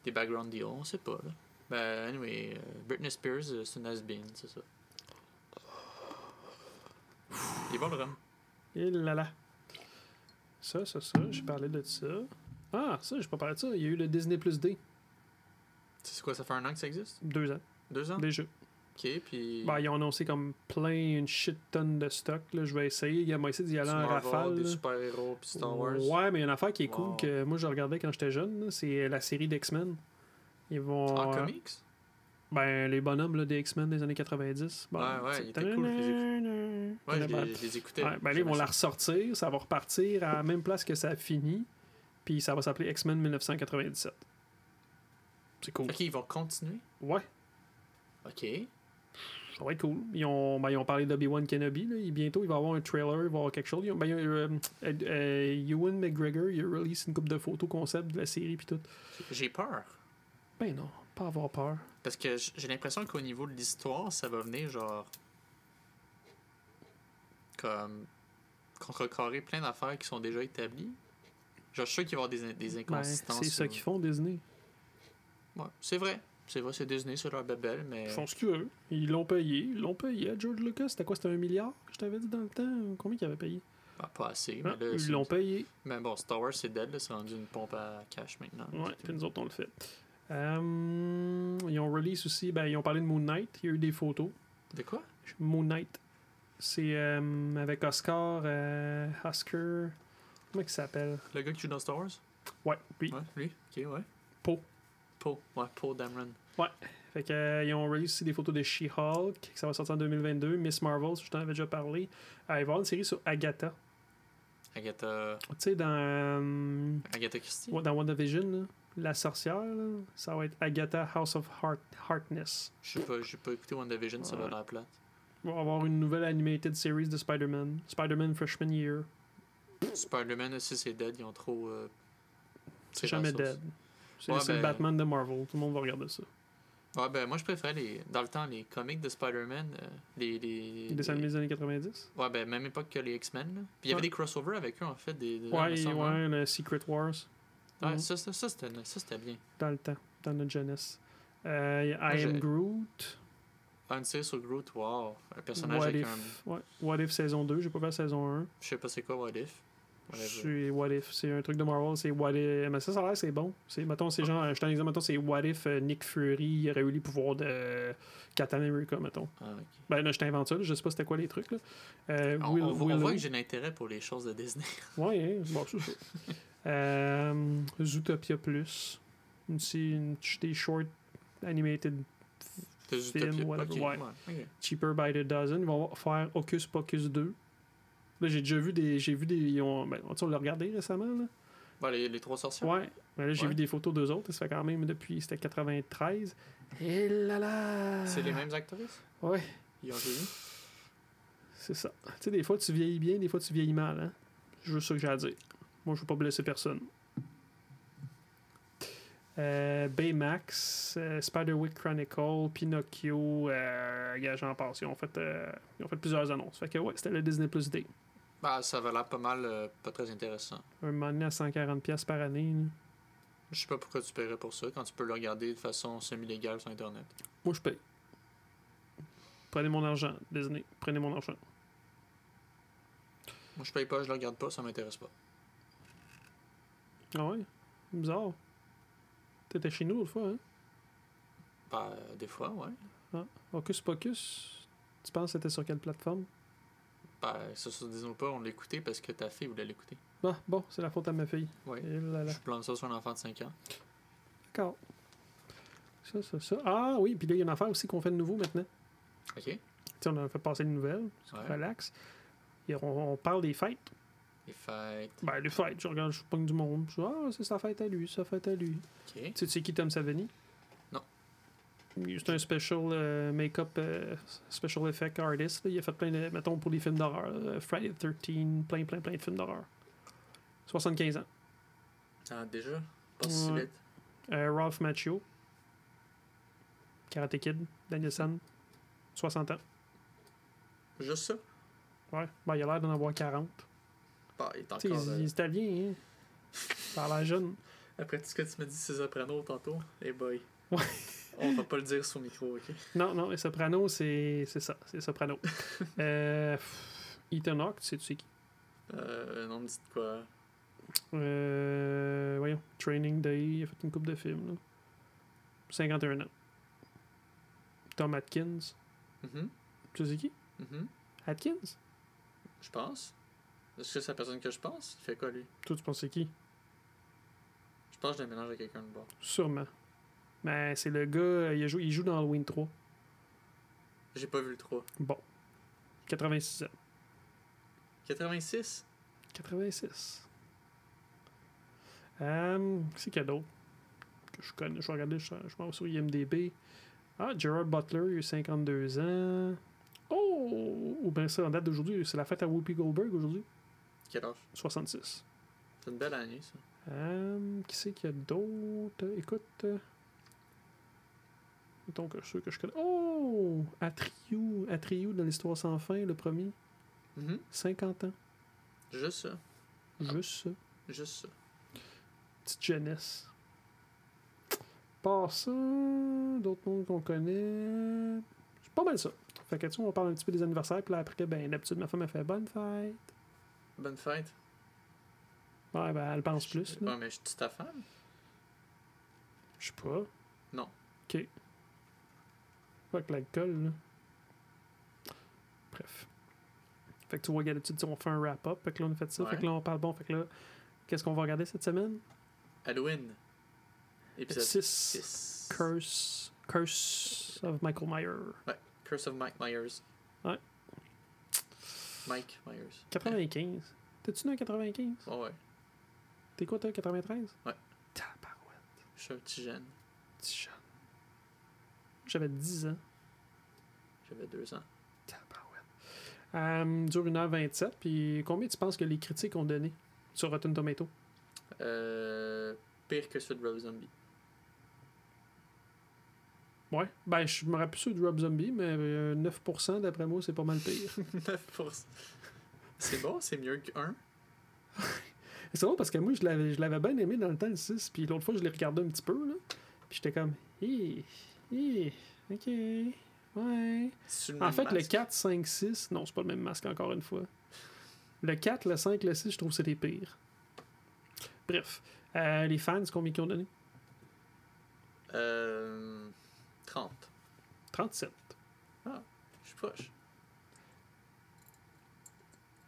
Des background deals, on sait pas. Là. Ben, anyway, euh, Britney Spears, euh, c'est une has-been, c'est ça. Il va le rhum. Et Eh là là. Ça, ça, ça, j'ai parlé de ça. Ah, ça, j'ai pas parlé de ça. Il y a eu le Disney Plus D, C'est quoi, ça fait un an que ça existe deux ans, Deux ans déjà. Ok, puis. Bah, ils ont annoncé comme plein, une shit tonne de stock. Là. Je vais essayer. Il y a essayé d'y aller du en Marvel, rafale. Des là. super-héros, puis Star Wars. Ouais, mais il y a une affaire qui est Wow. cool que moi je regardais quand j'étais jeune. là. C'est la série d'X-Men. Ils vont. En euh, comics ben, les bonhommes là, des X-Men des années 90. Bon, Ouais, ouais, c'est- il était cool, je Ouais, je les, je les écoutais. Ouais, ben là, ils J'aimais vont la ça. ressortir, ça va repartir à la même place que ça a fini, puis ça va s'appeler X-Men 1997. C'est cool. Ok, ils vont continuer. Ouais, Ok. ça va être cool. Ils ont, ben, ils ont parlé d'Obi-Wan Kenobi, là. Il- bientôt il va y avoir un trailer, il va y avoir quelque chose. Ils ont- ben, il y a, euh, euh, euh, Ewan McGregor, il a release une coupe de photos concept de la série, puis tout. J'ai peur. Ben non, pas avoir peur. Parce que j- j'ai l'impression qu'au niveau de l'histoire, ça va venir genre. comme. contrecarrer plein d'affaires qui sont déjà établies. Genre, je suis sûr qu'il va y avoir des, in- des Ben, inconsistances. c'est ça ou- qu'ils font, Disney. Ouais, c'est vrai. C'est vrai, c'est Disney, c'est leur bébelle, mais. Ils font ce qu'ils veulent. Ils l'ont payé, ils l'ont payé à George Lucas. C'était quoi, c'était un milliard, je t'avais dit dans le temps? Combien qu'ils avaient payé? bah, pas assez. Ah, Mais, là, ils c'est- l'ont payé. mais bon, Star Wars, c'est dead, là, c'est rendu une pompe à cash maintenant. Ouais, puis nous autres, on le fait. Euh, ils ont release aussi, ben, ils ont parlé de Moon Knight. Il y a eu des photos. De quoi Moon Knight, c'est euh, avec Oscar, euh, Oscar, comment il s'appelle Le gars qui joue dans Star Wars Ouais, lui. Ouais, lui Ok, ouais. Poe. Poe, ouais, Poe Dameron. Fait que, euh, ils ont release aussi des photos de She-Hulk, que ça va sortir en 2022. Miss Marvel, si je t'en avais déjà parlé. Euh, il va y avoir une série sur Agatha. Agatha. Tu sais, dans, euh, Agatha Christie dans WandaVision, là, la sorcière, là, ça va être Agatha House of Heart, Heartness. Je sais pas, j'ai pas écouté WandaVision, ça va Ouais. la plate. Il va y avoir une nouvelle animated series de Spider-Man. Spider-Man Freshman Year. Spider-Man aussi, c'est dead. Ils ont trop. euh, C'est tiré jamais à la source. dead. C'est Ouais, c'est le ben- Batman de Marvel. Tout le monde va regarder ça. Ouais, ben moi, je préférais, les, dans le temps, les comics de Spider-Man. euh, les, les, Les dessins les- animés des années 90. Ouais, ben même époque que les X-Men. là. Puis il y Ouais. avait des crossovers avec eux, en fait. Des, des- il me Ouais, semble, hein. ouais, le Secret Wars. Ouais, Mhm. Ça, ça, ça, c'était, ça, c'était bien. Dans le temps, dans notre jeunesse. Euh, y a Moi, I Am j'ai- Groot. Ah, une série sur Groot, wow. Un personnage What avec if, un. ouais. What If saison 2. J'ai pas fait la saison 1. Je sais pas c'est quoi, What If. Whatever. C'est What If. C'est un truc de Marvel. C'est What If. euh, Mais ça, ça a l'air, c'est bon. C'est, mettons, Ah. c'est genre, je t'en exemple, mettons, c'est What If euh, Nick Fury aurait eu les pouvoirs de euh, Captain America, mettons. Ah, ok. Ben là, je t'invente ça, là, je sais pas c'était quoi les trucs, là. Euh, On, hein, Will- on voit- on Willow. voit que j'ai l'intérêt pour les choses de Disney. Ouais, hein, bon, c'est ça. Euh, Zootopia Plus. Une, c'est une, des short animated De Zootopia. whatever, Ok, ouais. ok. cheaper by the dozen. Ils vont faire Hocus Pocus 2. Là, j'ai déjà vu des. J'ai vu des. Ils ont, ben, tu sais, on l'a regardé récemment, là. Bon, les, les trois sorciers. Ouais, mais là, j'ai Ouais. vu des photos d'eux autres. Ça fait quand même depuis, c'était 93. Et là là! C'est les mêmes actrices Ouais, Ils ont vieilli. c'est ça. Tu sais, des fois, tu vieillis bien, des fois, tu vieillis mal. Hein? C'est juste ça que j'ai à dire. Moi, je veux pas blesser personne. Euh, Baymax, euh, Spiderwick Chronicle, Pinocchio, euh, gars, j'en passe. Ils ont, fait, euh, ils ont fait plusieurs annonces. Fait que ouais, c'était le Disney Plus Day. Bah, ça va l'air pas mal, euh, pas très intéressant. Un moment donné à 140$ piastres par année. là. Je sais pas pourquoi tu paierais pour ça quand tu peux le regarder de façon semi-légale sur Internet. Moi, je paye. Prenez mon argent, Disney. Prenez mon argent. Moi, je paye pas, je le regarde pas, ça m'intéresse pas. Ah ouais? Bizarre. T'étais chez nous l'autre fois, hein? Bah, euh, des fois, ouais. Hocus Pocus, tu penses que c'était sur quelle plateforme? Bah, ça se disons pas, on l'écoutait parce que ta fille voulait l'écouter. Ah, bon, c'est la faute à ma fille. Ouais. Eh là là. Je plante ça sur un enfant de 5 ans. D'accord. Ça, ça, ça. Ah oui, puis là, il y a une affaire aussi qu'on fait de nouveau maintenant. Ok? Tu sais, on a fait passer les nouvelles. c'est Ouais. Relax. Et on, on parle des fêtes. Les fêtes. Ben, les fêtes, je regarde, je pogne du monde. Je dis, ah, c'est sa fête à lui, sa fête à lui. Ok. Tu sais, tu sais qui Tom Savini? Non. Il- C'est un special euh, make-up, euh, special effect artist. là. Il a fait plein de, mettons, pour les films d'horreur. là, Friday the 13, plein, plein, plein de films d'horreur. 75 ans. Ah, déjà? Pas si Ouais. vite. Euh, Ralph Macchio. Karate Kid. Daniel San. 60 ans. Juste ça? Ouais. Ben, il a l'air d'en avoir 40. Bah, il est Tu sais, encore. il, euh, il est italien, hein. Ça a l'air jeune. Après tout ce que tu me dis, c'est Soprano tantôt. Eh boy. Ouais. On va pas le dire sur le micro, ok? Non, non, les Sopranos, c'est c'est ça. C'est Soprano. euh, pff, Ethan Hawke, tu sais, tu sais qui? Euh, non, me dites quoi. Euh, voyons, Training Day, il a fait une coupe de films. Là. 51 ans. Tom Atkins. Mhm, Tu sais qui? mhm, Atkins? Je pense. Est-ce que c'est la personne que je pense? Il fait quoi, lui? Toi, tu penses c'est qui? Je pense que je le mélange avec quelqu'un de bord. Sûrement. Mais c'est le gars, il, a joué- il joue dans Halloween 3. J'ai pas vu le 3. Bon. 86 ans. 86? 86. Euh, Qu'est-ce qu'il y a d'autre? Que je connais. Je vais regarder, je, je m'en vais sur IMDB. Ah, Gerard Butler, il a eu 52 ans. Oh! Ou bien ça, en date d'aujourd'hui, c'est la fête à Whoopi Goldberg aujourd'hui. Quel âge? 66. C'est une belle année, ça. Euh, qui c'est qu'il y a d'autre? Écoute. euh, mettons que je suis sûr que je connais. Oh! Atriou! Atriou dans l'histoire sans fin, le premier. Mhm, 50 ans. Juste ça. Juste ça. Juste ça. Petite jeunesse. Par ça, d'autres mondes qu'on connaît. C'est pas mal ça. Fait que tu sais, on parle un petit peu des anniversaires, puis là après, ben d'habitude, ma femme a fait bonne fête. Bonne fête. Ouais, ben elle pense plus. là. Ouais, mais je suis ta femme? Je sais pas. Non. Ok. Pas que l'alcool, là. Bref. Fait que tu vois, regarde, tu dis, on fait un wrap-up. Fait que là, on a fait ça. Ouais. Fait que là, on parle bon. Fait que là, qu'est-ce qu'on va regarder cette semaine? Halloween. Épisode 6. 6. Curse. Curse of Michael Myers. Curse of Mike Myers. Ouais. Mike Myers. 95. T'es-tu né en 95? Ouais, ouais. T'es quoi, toi, 93? Ouais. Tabarouette, Je suis un petit jeune. petit jeune. J'avais 10 ans. J'avais deux ans. Tabarouette. Euh, dure 1h27, puis combien tu penses que les critiques ont donné sur Rotten Tomato? Euh, pire que ceux de Rob Zombie. Ouais. Ben, je me rappelle sûr de Rob Zombie, mais euh, 9% d'après moi, c'est pas mal pire. 9%. C'est bon, c'est mieux que 1. c'est drôle parce que moi, je l'avais, je l'avais bien aimé dans le temps, le 6, puis l'autre fois, je l'ai regardé un petit peu, là. Puis j'étais comme, hi, hi, ok, ouais. En fait, le 4, 5, 6, non, c'est pas le même masque, encore une fois. Le 4, le 5, le 6, je trouve que c'est les pires. Bref. Euh, les fans, combien qu'ils ont donné Euh, 30. 37. Je suis proche.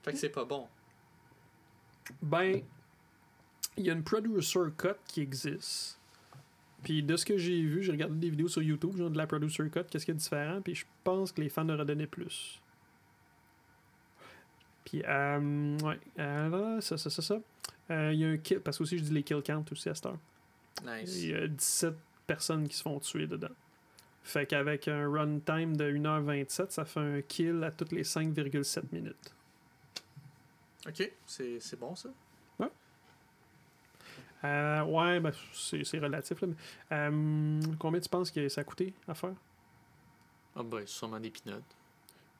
Fait que c'est pas bon. Ben, il y a une producer cut qui existe. Puis de ce que j'ai vu, j'ai regardé des vidéos sur YouTube, genre de la producer cut, qu'est-ce qui est différent, puis je pense que les fans auraient donné plus. Puis, euh, ouais, euh, ça, ça, ça, ça. Euh, Il y a un kill, parce que aussi je dis les kill count aussi à cette heure. Nice. Il y a 17 personnes qui se font tuer dedans. Fait qu'avec un run time de 1h27, ça fait un kill à toutes les 5,7 minutes. Ok, c'est c'est bon ça. Euh, ouais, ben, c'est c'est relatif. Là, mais, euh, combien tu penses que ça a coûté à faire? Ah, ben, sûrement des pinottes.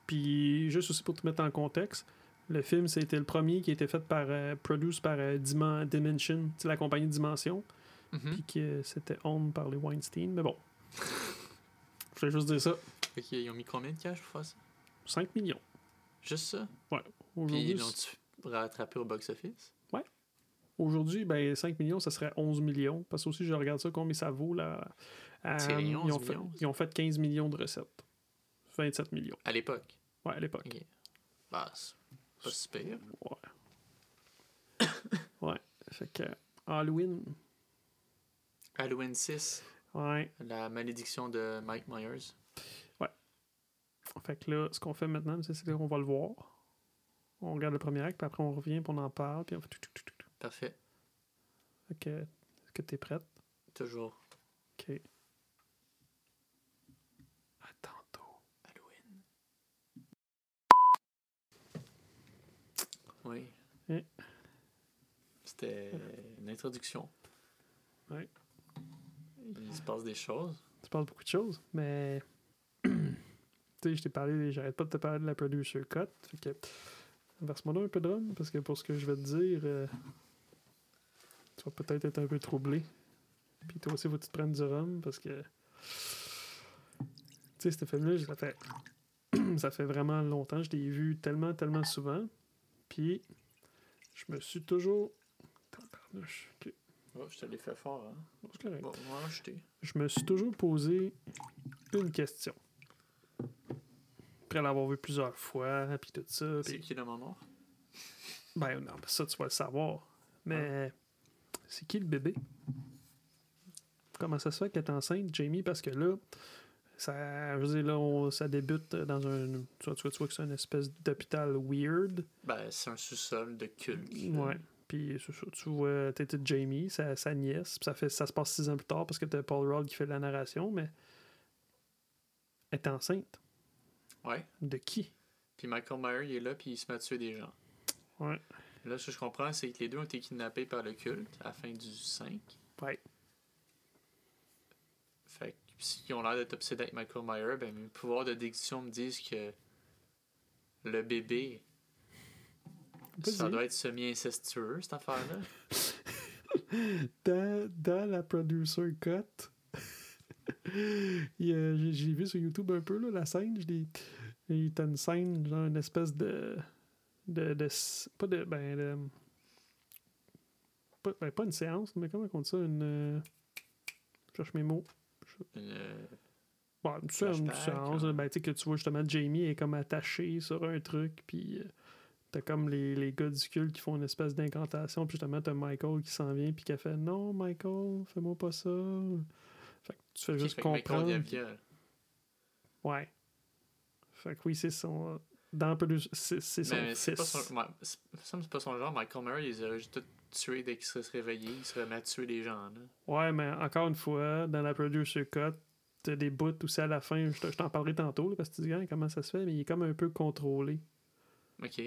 Puis juste aussi pour te mettre en contexte, le film c'était le premier qui a été fait par euh, produce par euh, Dimen- Dimension, c'est la compagnie Dimension, Hmm. Mm-hmm. puis que c'était owned par les Weinstein, mais bon. Je voulais juste dire ça, Ok, ils ont mis combien de cash pour faire ça 5 millions. Juste ça Puis Aujourd'hui, ils l'ont-tu rattrapé au box-office aujourd'hui, ben 5 millions, ça serait 11 millions parce que aussi je regarde ça combien ça vaut là. Euh, C'est rien, ils 11 ont fait millions. ils ont fait 15 millions de recettes. 27 millions. À l'époque. Ouais, à l'époque. Bah, c'est pas si pire. Ouais. ouais, fait que Halloween, Halloween 6, ouais. la malédiction de Mike Myers. Fait que là, ce qu'on fait maintenant, c'est c'est qu'on va le voir. On regarde le premier acte, puis après on revient, puis on en parle, puis on fait tout, tout, tout, tout, tout. Parfait. Fait que, est-ce que t'es prête? Toujours Ok. À tantôt. Halloween. Oui. Eh. C'était une introduction. Ouais. Il se passe des choses. Tu parles beaucoup de choses, mais. tu sais, je t'ai parlé, j'arrête pas de te parler de la producer cut. Fait que. Verse-moi donc un peu de rhum, parce que pour ce que je vais te dire, euh, tu vas peut-être être un peu troublé. Puis toi aussi, faut que tu te prennes du rhum, parce que. Tu sais, cette film-là, je l'ai fait. ça fait vraiment longtemps. Je l'ai vu tellement, tellement souvent. Puis. Je me suis toujours. Tabarnouche, ok. Oh, je te l'ai fait fort, hein? Bon, c'est correct Bon, moi, acheté. je me suis toujours posé une question. Après l'avoir vu plusieurs fois, puis tout ça. puis- C'est qui le moment noir? Ben non, ben ça, tu vas le savoir. Mais Ah. c'est qui le bébé? Comment ça se fait qu'elle est enceinte, Jamie? Parce que là, ça, je veux dire, là, on- ça débute dans un... Tu vois, tu vois, tu vois que c'est une espèce d'hôpital weird. Ben, c'est un sous-sol de culte. Ouais. Euh, Puis c'est ça, tu vois, t'es t'es Jamie, sa, sa nièce, puis ça, fait, ça se passe six ans plus tard parce que t'as Paul Rudd qui fait de la narration, mais elle est enceinte. Ouais. De qui? Puis Michael Myers, il est là, puis il se met à tuer des gens. Ouais. Là, ce que je comprends, c'est que les deux ont été kidnappés par le culte à la fin du 5. Ouais. Fait que s'ils ont l'air d'être obsédés avec Michael Myers, ben mes pouvoirs de déduction me disent que le bébé, ça Vas-y. doit être semi-incestueux, cette affaire-là. Dans, dans la producer cut, il y a- j'ai j'ai vu sur YouTube un peu là, la scène. Je l'ai- il y a une scène, genre une espèce de. de, de s- pas de. Ben, de- pas, ben, pas une séance, mais comment on dit ça? Une. euh, Je cherche mes mots. Une, euh, Bon, une séance, une Flashback, séance, hein. ben, tu sais, que tu vois justement Jamie est comme attaché sur un truc, puis euh, t'as comme les, les gars du culte qui font une espèce d'incantation, puis justement t'as Michael qui s'en vient, puis qui a fait Non, Michael, fais-moi pas ça. Fait que tu fais qui juste fait que Michael comprendre. devient viol. Ouais. Fait que oui, c'est son. Dans un peu de. C'est c'est son Mais c'est fils. pas son, ouais, c'est- ça me semble que c'est pas son genre. Michael Myers, il les aurait juste tous tués dès qu'il serait se réveillé. Il serait mis à tuer les gens. Là. Ouais, mais encore une fois, dans la producer cut, t'as des bouts aussi à la fin. Je te- je t'en parlerai tantôt, là, parce que tu dis Hein, comment ça se fait, mais il est comme un peu contrôlé. Ok.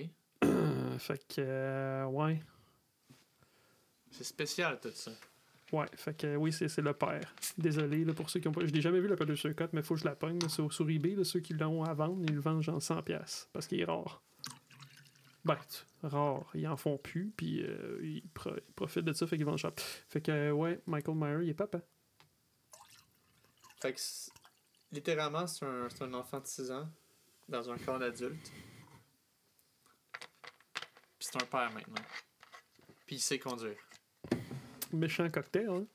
Euh, fait que, euh, ouais. C'est spécial, tout ça. Ouais, fait que, euh, oui, c'est c'est le père. Désolé, là, pour ceux qui ont pas. Je l'ai jamais vu la producer cut, mais faut que je la pogne. là, Sur, sur eBay, là, ceux qui l'ont à vendre, ils le vendent genre 100$. piastres, Parce qu'il est rare. Ben, tu- rare. Ils en font plus, puis euh, ils, pro- ils profitent de ça, fait qu'ils vendent cher. Fait que, euh, ouais, Michael Myers, il est papa. Fait que c'est- littéralement, c'est un, c'est un enfant de 6 ans dans un corps d'adulte. Puis c'est un père maintenant. Puis il sait conduire. Méchant cocktail, hein.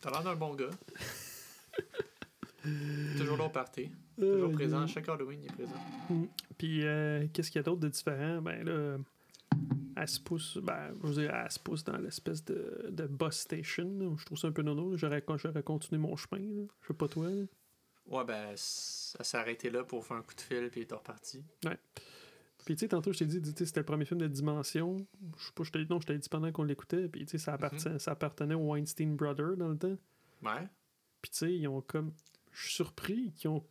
T'as l'air d'un bon gars. Toujours là au party. Toujours Euh, présent. il- À chaque Halloween, il est présent. Puis euh, qu'est-ce qu'il y a d'autre de différent? Ben là, elle se pousse, ben, je veux dire, elle se pousse dans l'espèce de, de bus station. là. Je trouve ça un peu nono. là. J'aurais, j'aurais continué mon chemin. là. Je sais pas toi. là. Ouais, ben, s- elle s'est arrêtée là pour faire un coup de fil, puis il est reparti. Puis, tu sais, tantôt, je t'ai dit, tu sais, c'était le premier film de Dimension. Je sais pas, je t'ai non, je t'ai dit pendant qu'on l'écoutait. Puis, tu sais, ça, appartient- ça appartenait aux Weinstein Brothers dans le temps. Ouais. Puis, tu sais, ils ont comme. Je suis surpris qu'ils ont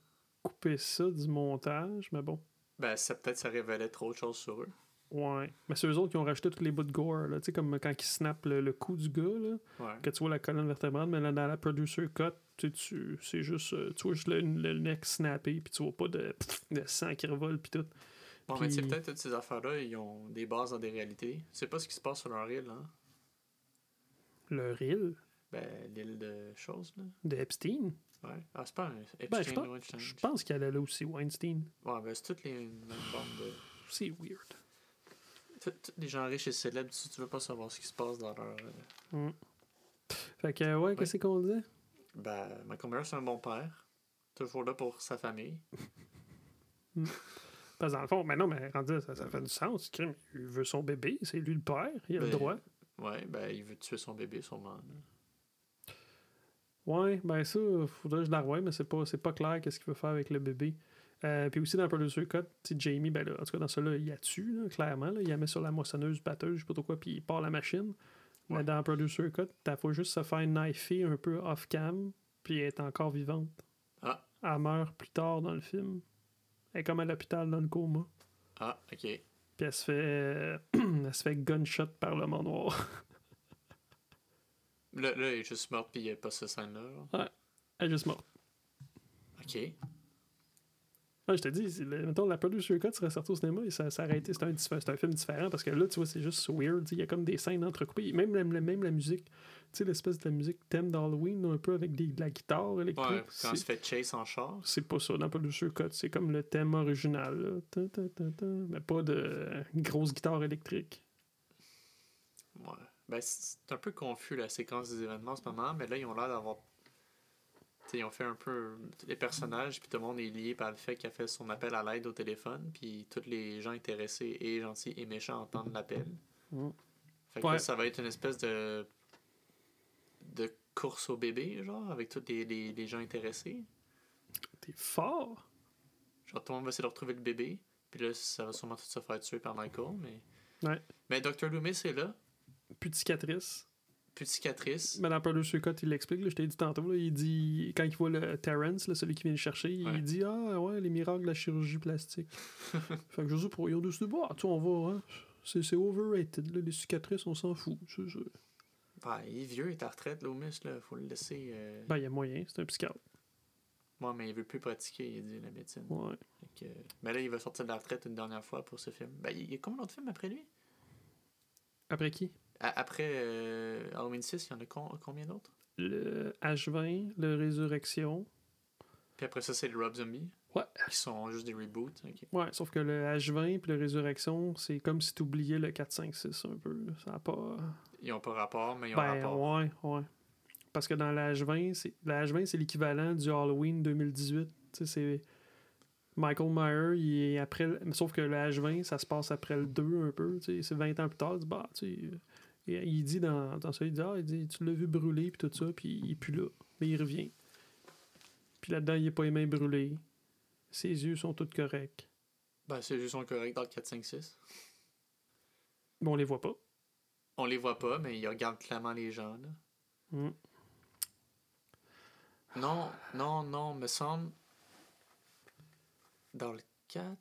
coupé ça du montage, mais bon. Ben, ça peut-être ça révélait trop de choses sur eux. Ouais. Mais c'est eux autres qui ont rajouté tous les bouts de gore, là. Tu sais, comme quand ils snappent le, le cou du gars, là. Ouais. Que tu vois la colonne vertébrale, mais là, dans la producer cut, tu sais, tu- c'est juste. euh, Tu vois juste le, le neck snappé, puis tu vois pas de, de sang qui revole, puis tout. Bon, mais tu sais, Puis- peut-être toutes ces affaires-là, ils ont des bases dans des réalités. Tu sais pas ce qui se passe sur leur île, hein? Le reel Ben, l'île de choses, là. de Epstein. Ouais. Ah, c'est pas un Ben, je Epstein, pense- Weinstein. Je pense qu'elle allait aussi Weinstein. Ouais, ben, c'est toutes les mêmes formes de. C'est weird. Tout- Tous les gens riches et célèbres, tu, tu veux pas savoir ce qui se passe dans leur. euh, Fait que, euh, ouais, qu'est-ce qu'on disait? Ben, Michael Myers, c'est un bon père. Toujours là pour sa famille. Parce que dans le fond, mais non, mais rendu, là, ça, ça fait du sens. crime. Il veut son bébé, c'est lui le père, il a le Ben- droit. Ouais, ben, il veut tuer son bébé, sûrement. là. Ouais, ben ça, faudrait que je la revoie, mais c'est pas, c'est pas clair qu'est-ce qu'il veut faire avec le bébé. Euh, puis aussi dans Producer Cut, petit Jamie, ben là, en tout cas dans celui-là, il la tue, là, clairement. Là, il la met sur la moissonneuse batteuse, je sais pas trop quoi, puis il part la machine. Ouais. Mais dans Producer Cut, t'as faut juste se faire knifer un peu off-cam, puis elle est encore vivante. Ah. Elle meurt plus tard dans le film. Elle est comme à l'hôpital dans le coma. Ah, ok. Puis elle se fait, euh, elle se fait gunshot par le manoir. Là, là, il est juste mort, puis il n'y a pas cette scène-là. genre. Elle est juste morte. Ok. Ouais, je te dis, c'est le- mettons, la Producer Cut serait sortie au cinéma et ça, ça aurait été. C'est un, diffé- c'est un film différent parce que là, tu vois, c'est juste weird. tu sais, Il y a comme des scènes entrecoupées. Même la, la- même la musique, tu sais, l'espèce de musique thème d'Halloween, un peu avec des, de la guitare Ouais, électrique. quand on se c'est, fait chase en char. c'est pas ça dans Producer Cut. C'est comme le thème original. là. Ta, ta, ta, ta. mais pas de euh, grosse guitare électrique. Ouais. Ben, c- c'est un peu confus la séquence des événements en ce moment, mais là, ils ont l'air d'avoir. Tu sais, ils ont fait un peu les personnages, puis tout le monde est lié par le fait qu'il a fait son appel à l'aide au téléphone, puis tous les gens intéressés et gentils et méchants entendent l'appel. Mm. Fait que Ouais. là, ça va être une espèce de. de course au bébé, genre, avec tous les, les- les gens intéressés. T'es fort! Genre, tout le monde va essayer de retrouver le bébé, puis là, ça va sûrement tout se faire tuer par Michael, mais. Ouais. Mais Dr. Loomis est là, Plus de cicatrices. plus de cicatrices. Mais dans Producer Cut, il l'explique, là, je t'ai dit tantôt, là, il dit, quand il voit le Terrence, là, celui qui vient le chercher, Ouais. il dit Ah ouais, les miracles de la chirurgie plastique. fait que je sais pas, ils ont décidé, bah, tu sais, on va, hein, c'est, c'est overrated, là, les cicatrices, on s'en fout. c'est ça. Ben, il est vieux, il est à retraite, Loomis, là. Faut le laisser. euh, Ben, il y a moyen, c'est un psychiatre. Moi, mais il veut plus pratiquer, il a dit, la médecine. Ouais. Fait que- Mais là, il va sortir de la retraite une dernière fois pour ce film. Ben, il y a combien d'autres films après lui Après qui À- Après euh, Halloween 6, il y en a con- combien d'autres Le H20, le Résurrection. Puis après ça, c'est les Rob Zombie. Ouais. Qui sont juste des reboots. ok. Ouais, sauf que le H20 puis le Résurrection, c'est comme si t'oubliais le 4, 5, 6 un peu. là. Ça a pas. Ils ont pas rapport, mais ils ont Ben, rapport. ouais, ouais. Parce que dans l'âge 20, c'est l'âge 20, c'est l'équivalent du Halloween 2018. Tu sais, c'est Michael Myers, il est après le- sauf que l'âge 20, ça se passe après le 2 un peu, tu sais, c'est 20 ans plus tard, il dit, bah, tu sais, il, il dit dans, dans ça, il dit, ah, il dit, tu l'as vu brûler puis tout ça, puis il est plus là, mais il revient. Puis là-dedans, il est pas les mains brûlées. Ses yeux sont tous corrects. Ben, c'est juste son correct dans le 4, 5, 6. Mais on les voit pas. On les voit pas, mais ils regardent clairement les gens, là. Mm. Non, non, non, me semble. Dans le 4.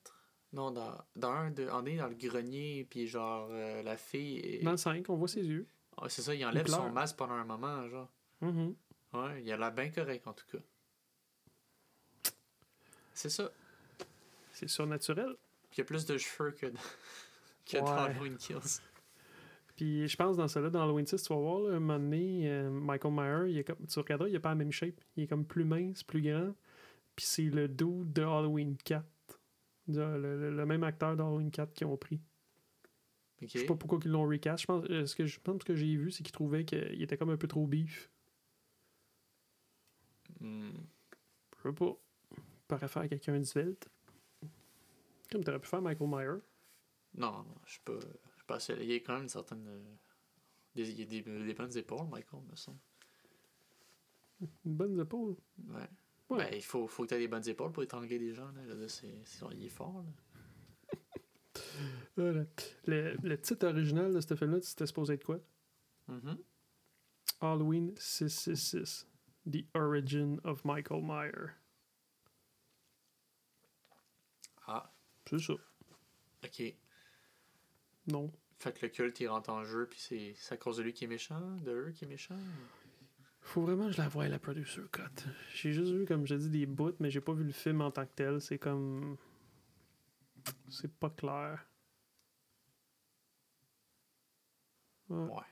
Non, dans, dans un, de, on est dans le grenier, puis genre, euh, la fille. est- Dans le 5, on voit ses yeux. Ah, c'est ça, il enlève pleure. son masque pendant un moment, genre. Mhm. Ouais, il a l'air bien correct, en tout cas. C'est ça. C'est surnaturel. Puis il y a plus de cheveux que dans, que dans Ouais. Halloween Kills. Puis je pense dans celle-là, dans Halloween 6, tu vas voir, là, un moment donné, euh, Michael Myers, il est comme, tu regarderas, il n'est pas la même shape. Il est comme plus mince, plus grand. Puis c'est le dos de Halloween 4. Du- Le, le- le même acteur d'Halloween 4 qu'ils ont pris. Ok. Je sais pas pourquoi ils l'ont recast. Je pense, euh, ce que je pense que j'ai vu, c'est qu'ils trouvaient qu'il était comme un peu trop beef. Hmm. Je sais pas. Pourrait faire quelqu'un de svelte. Comme t'aurais pu faire Michael Myers. Non, non, je suis pas. Je suis pas assez- Il y a quand même une certaine. euh, des- il y a des, des bonnes épaules, Michael, me semble. Une bonne épaule. Ouais. Ouais. Ben, il faut, faut que tu aies des bonnes épaules pour étrangler des gens. Là. Je veux dire, c'est, c'est- il est fort. Là. Voilà. Le, le titre original de ce film-là, c'était supposé être quoi? Mm-hmm. Mhm. Halloween 666, The Origin of Michael Meyer. Ah, C'est ça. ok. Non. Fait que le culte, il rentre en jeu, puis c'est c'est à cause de lui qui est méchant, de eux qui est méchant. Faut vraiment que je la voie, la producer cut. J'ai juste vu, comme je dis, des bouts, mais j'ai pas vu le film en tant que tel. C'est comme. C'est pas clair. Ouais. Ouais.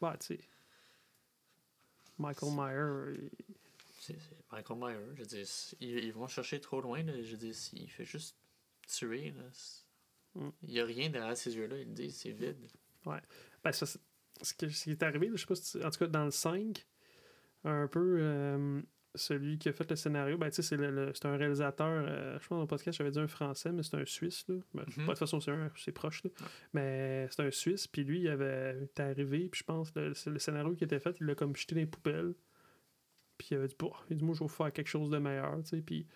Bah, tu sais. Michael Meyer, il- C'est c'est Michael Myers. Je dis, ils, ils vont chercher trop loin. Là. Je dis, il fait juste tuer. Là. C'est- Mm. Il n'y a rien derrière ses yeux-là. Ils le disent, c'est vide. Ben, ça, c'est- ce, que- ce qui est arrivé, là, je sais pas si tu- En tout cas, dans le 5, un peu euh, celui qui a fait le scénario, ben, tu sais, c'est le- le- c'est un réalisateur, euh, je pense dans le podcast, j'avais dit un français, mais c'est un Suisse. Là. Ben, Mhm. pas de toute façon, c'est un- c'est proche. là. Mais c'est un Suisse, puis lui, il avait il était arrivé, puis je pense le, c'est le scénario qui était fait, il l'a comme jeté dans les poubelles. Puis il avait dit, Pouah, il dit, moi, je vais faire quelque chose de meilleur, tu sais. Puis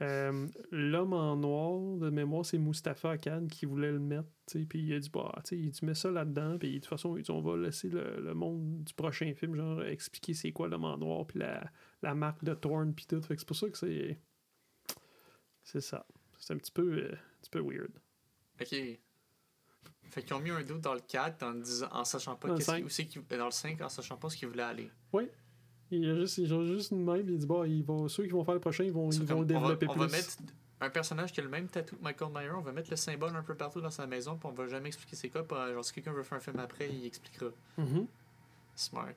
euh, l'homme en noir, de mémoire, c'est Mustapha Khan qui voulait le mettre. tu sais, Puis il a dit, bah, tu sais, il dit, mets ça là-dedans. Puis de toute façon, il dit, on va laisser le, le monde du prochain film, genre, expliquer c'est quoi l'homme en noir, puis la, la marque de Thorn, puis tout. Fait que c'est pour ça que c'est. C'est ça. C'est un petit peu, euh, un petit peu weird. OK. Fait qu'ils ont mis un doute dans le 4 en, disant, en sachant pas Dans le qu'est-ce cinq. qu'il- où c'est qu'il- dans le 5 en sachant pas ce qu'ils voulaient aller. Il a juste, ils ont juste une même, il dit, bah, ils vont, ceux qui vont faire le prochain, ils vont, C'est ils comme, vont le développer on plus. va, on va mettre un personnage qui a le même tatou que Michael Myers, on va mettre le symbole un peu partout dans sa maison, puis on va jamais expliquer c'est quoi. puis, euh, genre, si quelqu'un veut faire un film après, il expliquera. Mhm. Smart.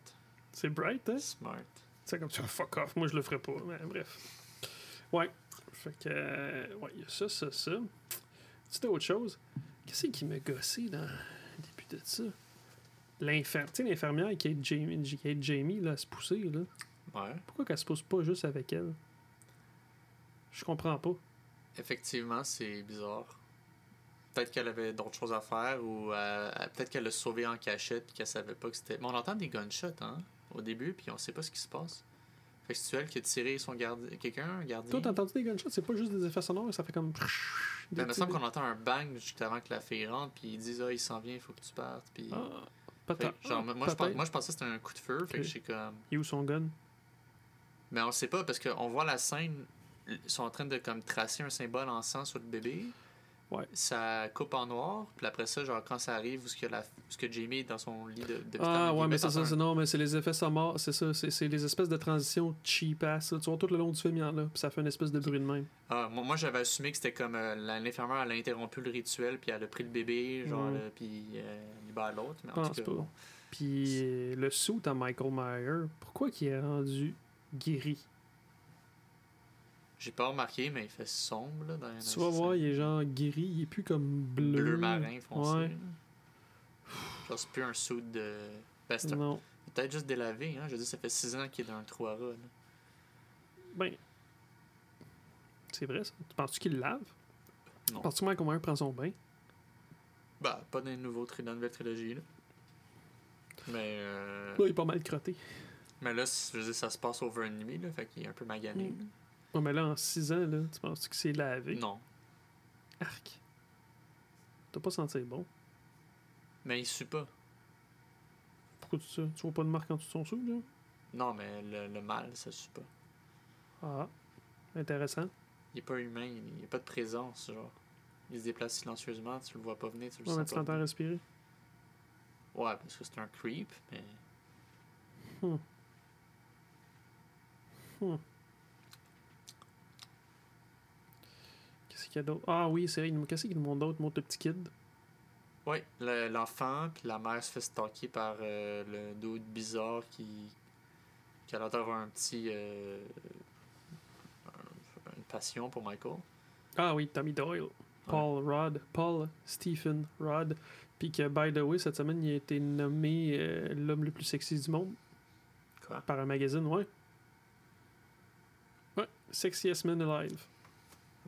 C'est bright, hein? Smart. C'est comme ça, fuck off, moi je le ferai pas. Mais bref. Ouais. Fait que. euh, ouais, il y a ça, ça, ça. C'était autre chose. Qu'est-ce qui m'a gossé dans le début de ça? L'infirmière. Tu sais, l'infirmière qui aide Jamie, qui aide Jamie là, à se pousser, là. Ouais. Pourquoi qu'elle se pousse pas juste avec elle? Je comprends pas. Effectivement, c'est bizarre. Peut-être qu'elle avait d'autres choses à faire ou euh, elle- peut-être qu'elle l'a sauvé en cachette puis qu'elle savait pas que c'était. Mais on entend des gunshots hein, au début puis on sait pas ce qui se passe. Fait que c'est elle qui a tiré son garde... quelqu'un, un gardien. Toi, t'as entendu des gunshots, c'est pas juste des effets sonores, ça fait comme. Ben, il me semble des- qu'on entend un bang juste avant que la fille rentre puis ils disent ah il s'en vient, il faut que tu partes puis. Ah, Fait peut-être. que, genre, moi, je Peut-être. pense- moi, je pensais que c'était un coup de feu, fait Ok. que j'ai comme. Il est où son gun? Mais on sait pas parce qu'on voit la scène, ils sont en train de comme tracer un symbole en sang sur le bébé. Ouais. Ça coupe en noir, puis après ça, genre quand ça arrive, où ce que, la, où ce que Jamie est dans son lit de, d'hôpital, Ah ils ouais, mais mettent c'est en ça, un- c'est non, mais c'est les effets sonores, c'est ça, c'est c'est les espèces de transitions cheap ass. là. Tu vois, tout le long du film, il y en a, puis ça fait une espèce de bruit de même. Ah, moi, moi, j'avais assumé que c'était comme euh, la- l'infirmière, elle a interrompu le rituel, puis elle a pris le bébé, genre, Ouais. là, puis euh, elle libère l'autre. Mais en Pense tout cas, pas. bon. Puis euh, le suit à Michael Meyer, pourquoi qu'il est rendu guéri j'ai pas remarqué, mais il fait sombre. Là, dans Tu vas voir, il est genre guéri, il est plus comme bleu. bleu, marin foncé. Ouais. là. Genre, c'est plus un saut de. Ben, c'est un- Non. Peut-être juste délavé, hein. Je veux dire, ça fait 6 ans qu'il est dans le 3 là. Ben. C'est vrai ça. Tu penses-tu qu'il le lave Non. Penses-tu que Michael Meyer prend son bain Bah, pas dans, les nouveaux tri- dans la nouvelle trilogie, là. Mais, euh, Là, il est pas mal crotté. mais là, c- je veux dire, ça se passe over une nuit, là, fait qu'il est un peu magané. Mm. Ouais, mais là, en 6 ans, là, tu penses-tu que c'est lavé Non. Arc. T'as pas senti bon. Mais il sue pas. Pourquoi tu ça? Tu vois pas de marque en dessous de son sou, là? Non, mais le, le mal, ça sue pas. Ah, intéressant. Il est pas humain, il n'y a pas de présence, genre. Il se déplace silencieusement, tu le vois pas venir, tu le Ouais, mais sens tu pas. l'entends venir. respirer. Ouais, parce que c'est un creep, mais. Hmm. Hmm. Qu'est-ce qu'il y a d'autre? Ah oui, c'est vrai. il nous- Qu'est-ce qu'il nous montre d'autre? Il montre le petit kid. Ouais, le- l'enfant, puis la mère se fait stalker par euh, le dude bizarre qui, qui a l'air d'avoir un petit. euh, un- une passion pour Michael. Ah oui, Tommy Doyle. Paul Rudd. Paul Stephen Rudd. Puis que, by the way, cette semaine, il a été nommé euh, l'homme le plus sexy du monde Quoi? par un magazine, ouais. Ouais, Sexiest Man Alive.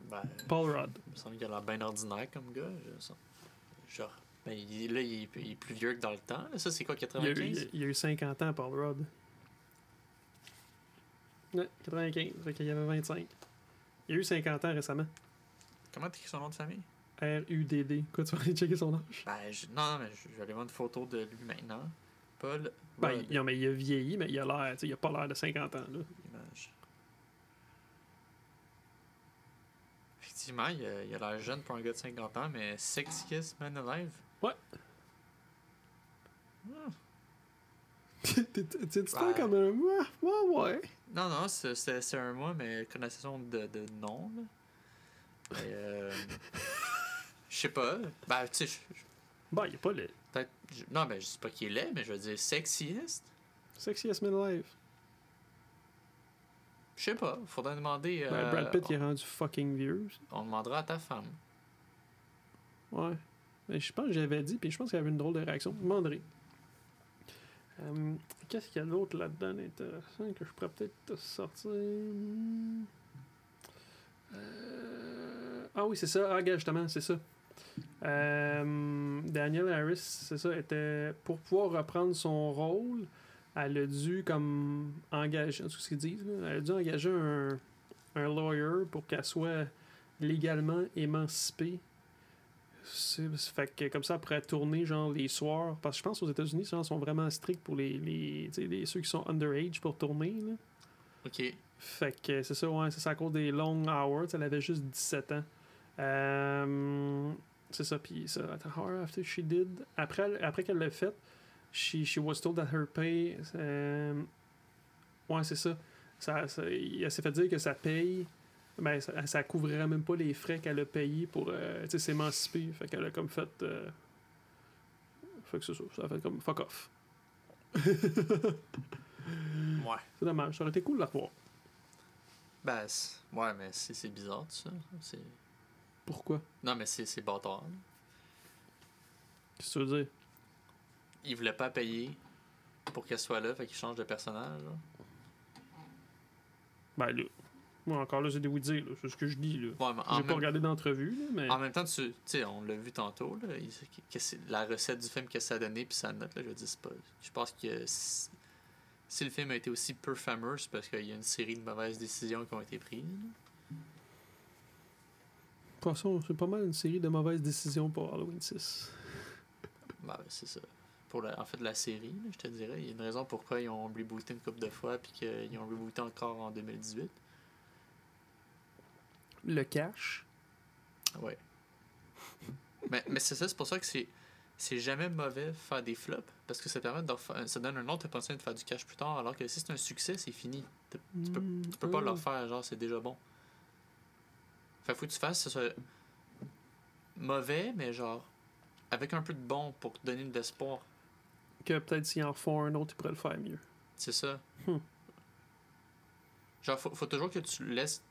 Ben, Paul Rudd. il me semble qu'il a l'air bien ordinaire comme gars. je sens. Genre, ben, il- là, il est, il est plus vieux que dans le temps. Ça, c'est quoi, Il y a eu- 95? Il y a eu 50 ans, Paul Rudd. Ouais, 95, fait qu'il y avait 25. Il y a eu 50 ans récemment. Comment t'écris son nom de famille? R-U-D-D. Quoi, tu vas aller checker son âge? Ben, je- non, non, mais je je vais aller voir une photo de lui maintenant. Paul Ben, Rudd, il- non, mais il a vieilli, mais il a l'air, tu sais, il a pas l'air de 50 ans, là. image. Effectivement, il a il a l'air jeune pour un gars de 50 ans, mais Six Kiss Man Alive. T'es- t'es- T'es-tu Ouais. toi comme un. Ouais, ouais, ouais. Non, non, c'est- c'est c'est un mois, mais connotation de, de nom. là. Mais, euh, Je sais pas. Ben, tu sais, je- je- Ben, il a pas le peut-être. je- Non, mais je dis pas qu'il est laid, mais je veux dire sexiest. sexiest man alive. Je sais pas. Faudrait demander. Ben, euh, Brad Pitt, il est rendu fucking vieux. On demandera à ta femme. Ouais. Mais je pense que j'avais dit, puis je pense qu'il y avait une drôle de réaction. Je demanderai. Euh, Qu'est-ce qu'il y a d'autre là-dedans d'intéressant que je pourrais peut-être te sortir Hmm. Euh, Ah oui, c'est ça. Ah, gars, justement, c'est ça. Euh, Daniel Harris, c'est ça, était pour pouvoir reprendre son rôle, elle a dû comme engager, c'est ce qu'ils disent, là, elle a dû engager un, un lawyer pour qu'elle soit légalement émancipée c'est c'est- fait que comme ça, elle pourrait tourner genre les soirs. Parce que je pense aux États-Unis, genre, ils sont vraiment stricts pour les, les, tu sais, les- ceux qui sont underage pour tourner. là. Ok. Fait que c'est ça, ouais, c'est ça à cause des long hours. tu sais, Elle avait juste 17 ans. Euh, c'est ça, puis ça. at the hour after she did. Après, elle- après qu'elle l'a fait, she, she was told that her pay. euh, ouais, c'est ça. ça, ça- elle s'est fait dire que ça paye. Ben, ça, ça couvrirait même pas les frais qu'elle a payés pour euh, tu sais, s'émanciper. Fait qu'elle a comme fait. euh, fait que c'est ça. Ça a fait comme fuck off. Ouais. C'est dommage. Ça aurait été cool de la revoir. Ben, c'est- ouais, mais c'est c'est bizarre, tout ça. C'est- Pourquoi Non, mais c'est c'est bâtard. Qu'est-ce que tu veux dire Il voulait pas payer pour qu'elle soit là, fait qu'il change de personnage. là. Ben là, moi encore là, c'est des oui-dire, là. c'est ce que je dis. là. Ouais, mais J'ai en, pas même, regardé d'entrevue, là, mais. en même temps, tu tu sais, on l'a vu tantôt, là, il- que c'est la recette du film que ça a donné, puis ça note, là, je dis pas. Je pense que si, si le film a été aussi peu fameux, c'est parce qu'il y a une série de mauvaises décisions qui ont été prises. là. De toute façon, c'est pas mal une série de mauvaises décisions pour Halloween 6. Ben, ben, c'est ça. Pour la- en fait, la série, là, je te dirais, il y a une raison pourquoi ils ont rebooté une couple de fois, puis qu'ils ont rebooté encore en 2018. Le cash. Ouais. mais mais c'est ça, c'est pour ça que c'est c'est jamais mauvais faire des flops parce que ça permet de refa- ça donne une autre opportunité de faire du cash plus tard alors que si c'est un succès, c'est fini. Tu Hmm, tu peux pas ah. le refaire, genre c'est déjà bon. Fait que faut que tu fasses que ce soit mauvais mais genre avec un peu de bon pour te donner de l'espoir. Que peut-être s'ils en refont un autre, ils pourraient le faire mieux. C'est ça. Hmm. Genre faut, faut toujours que tu laisses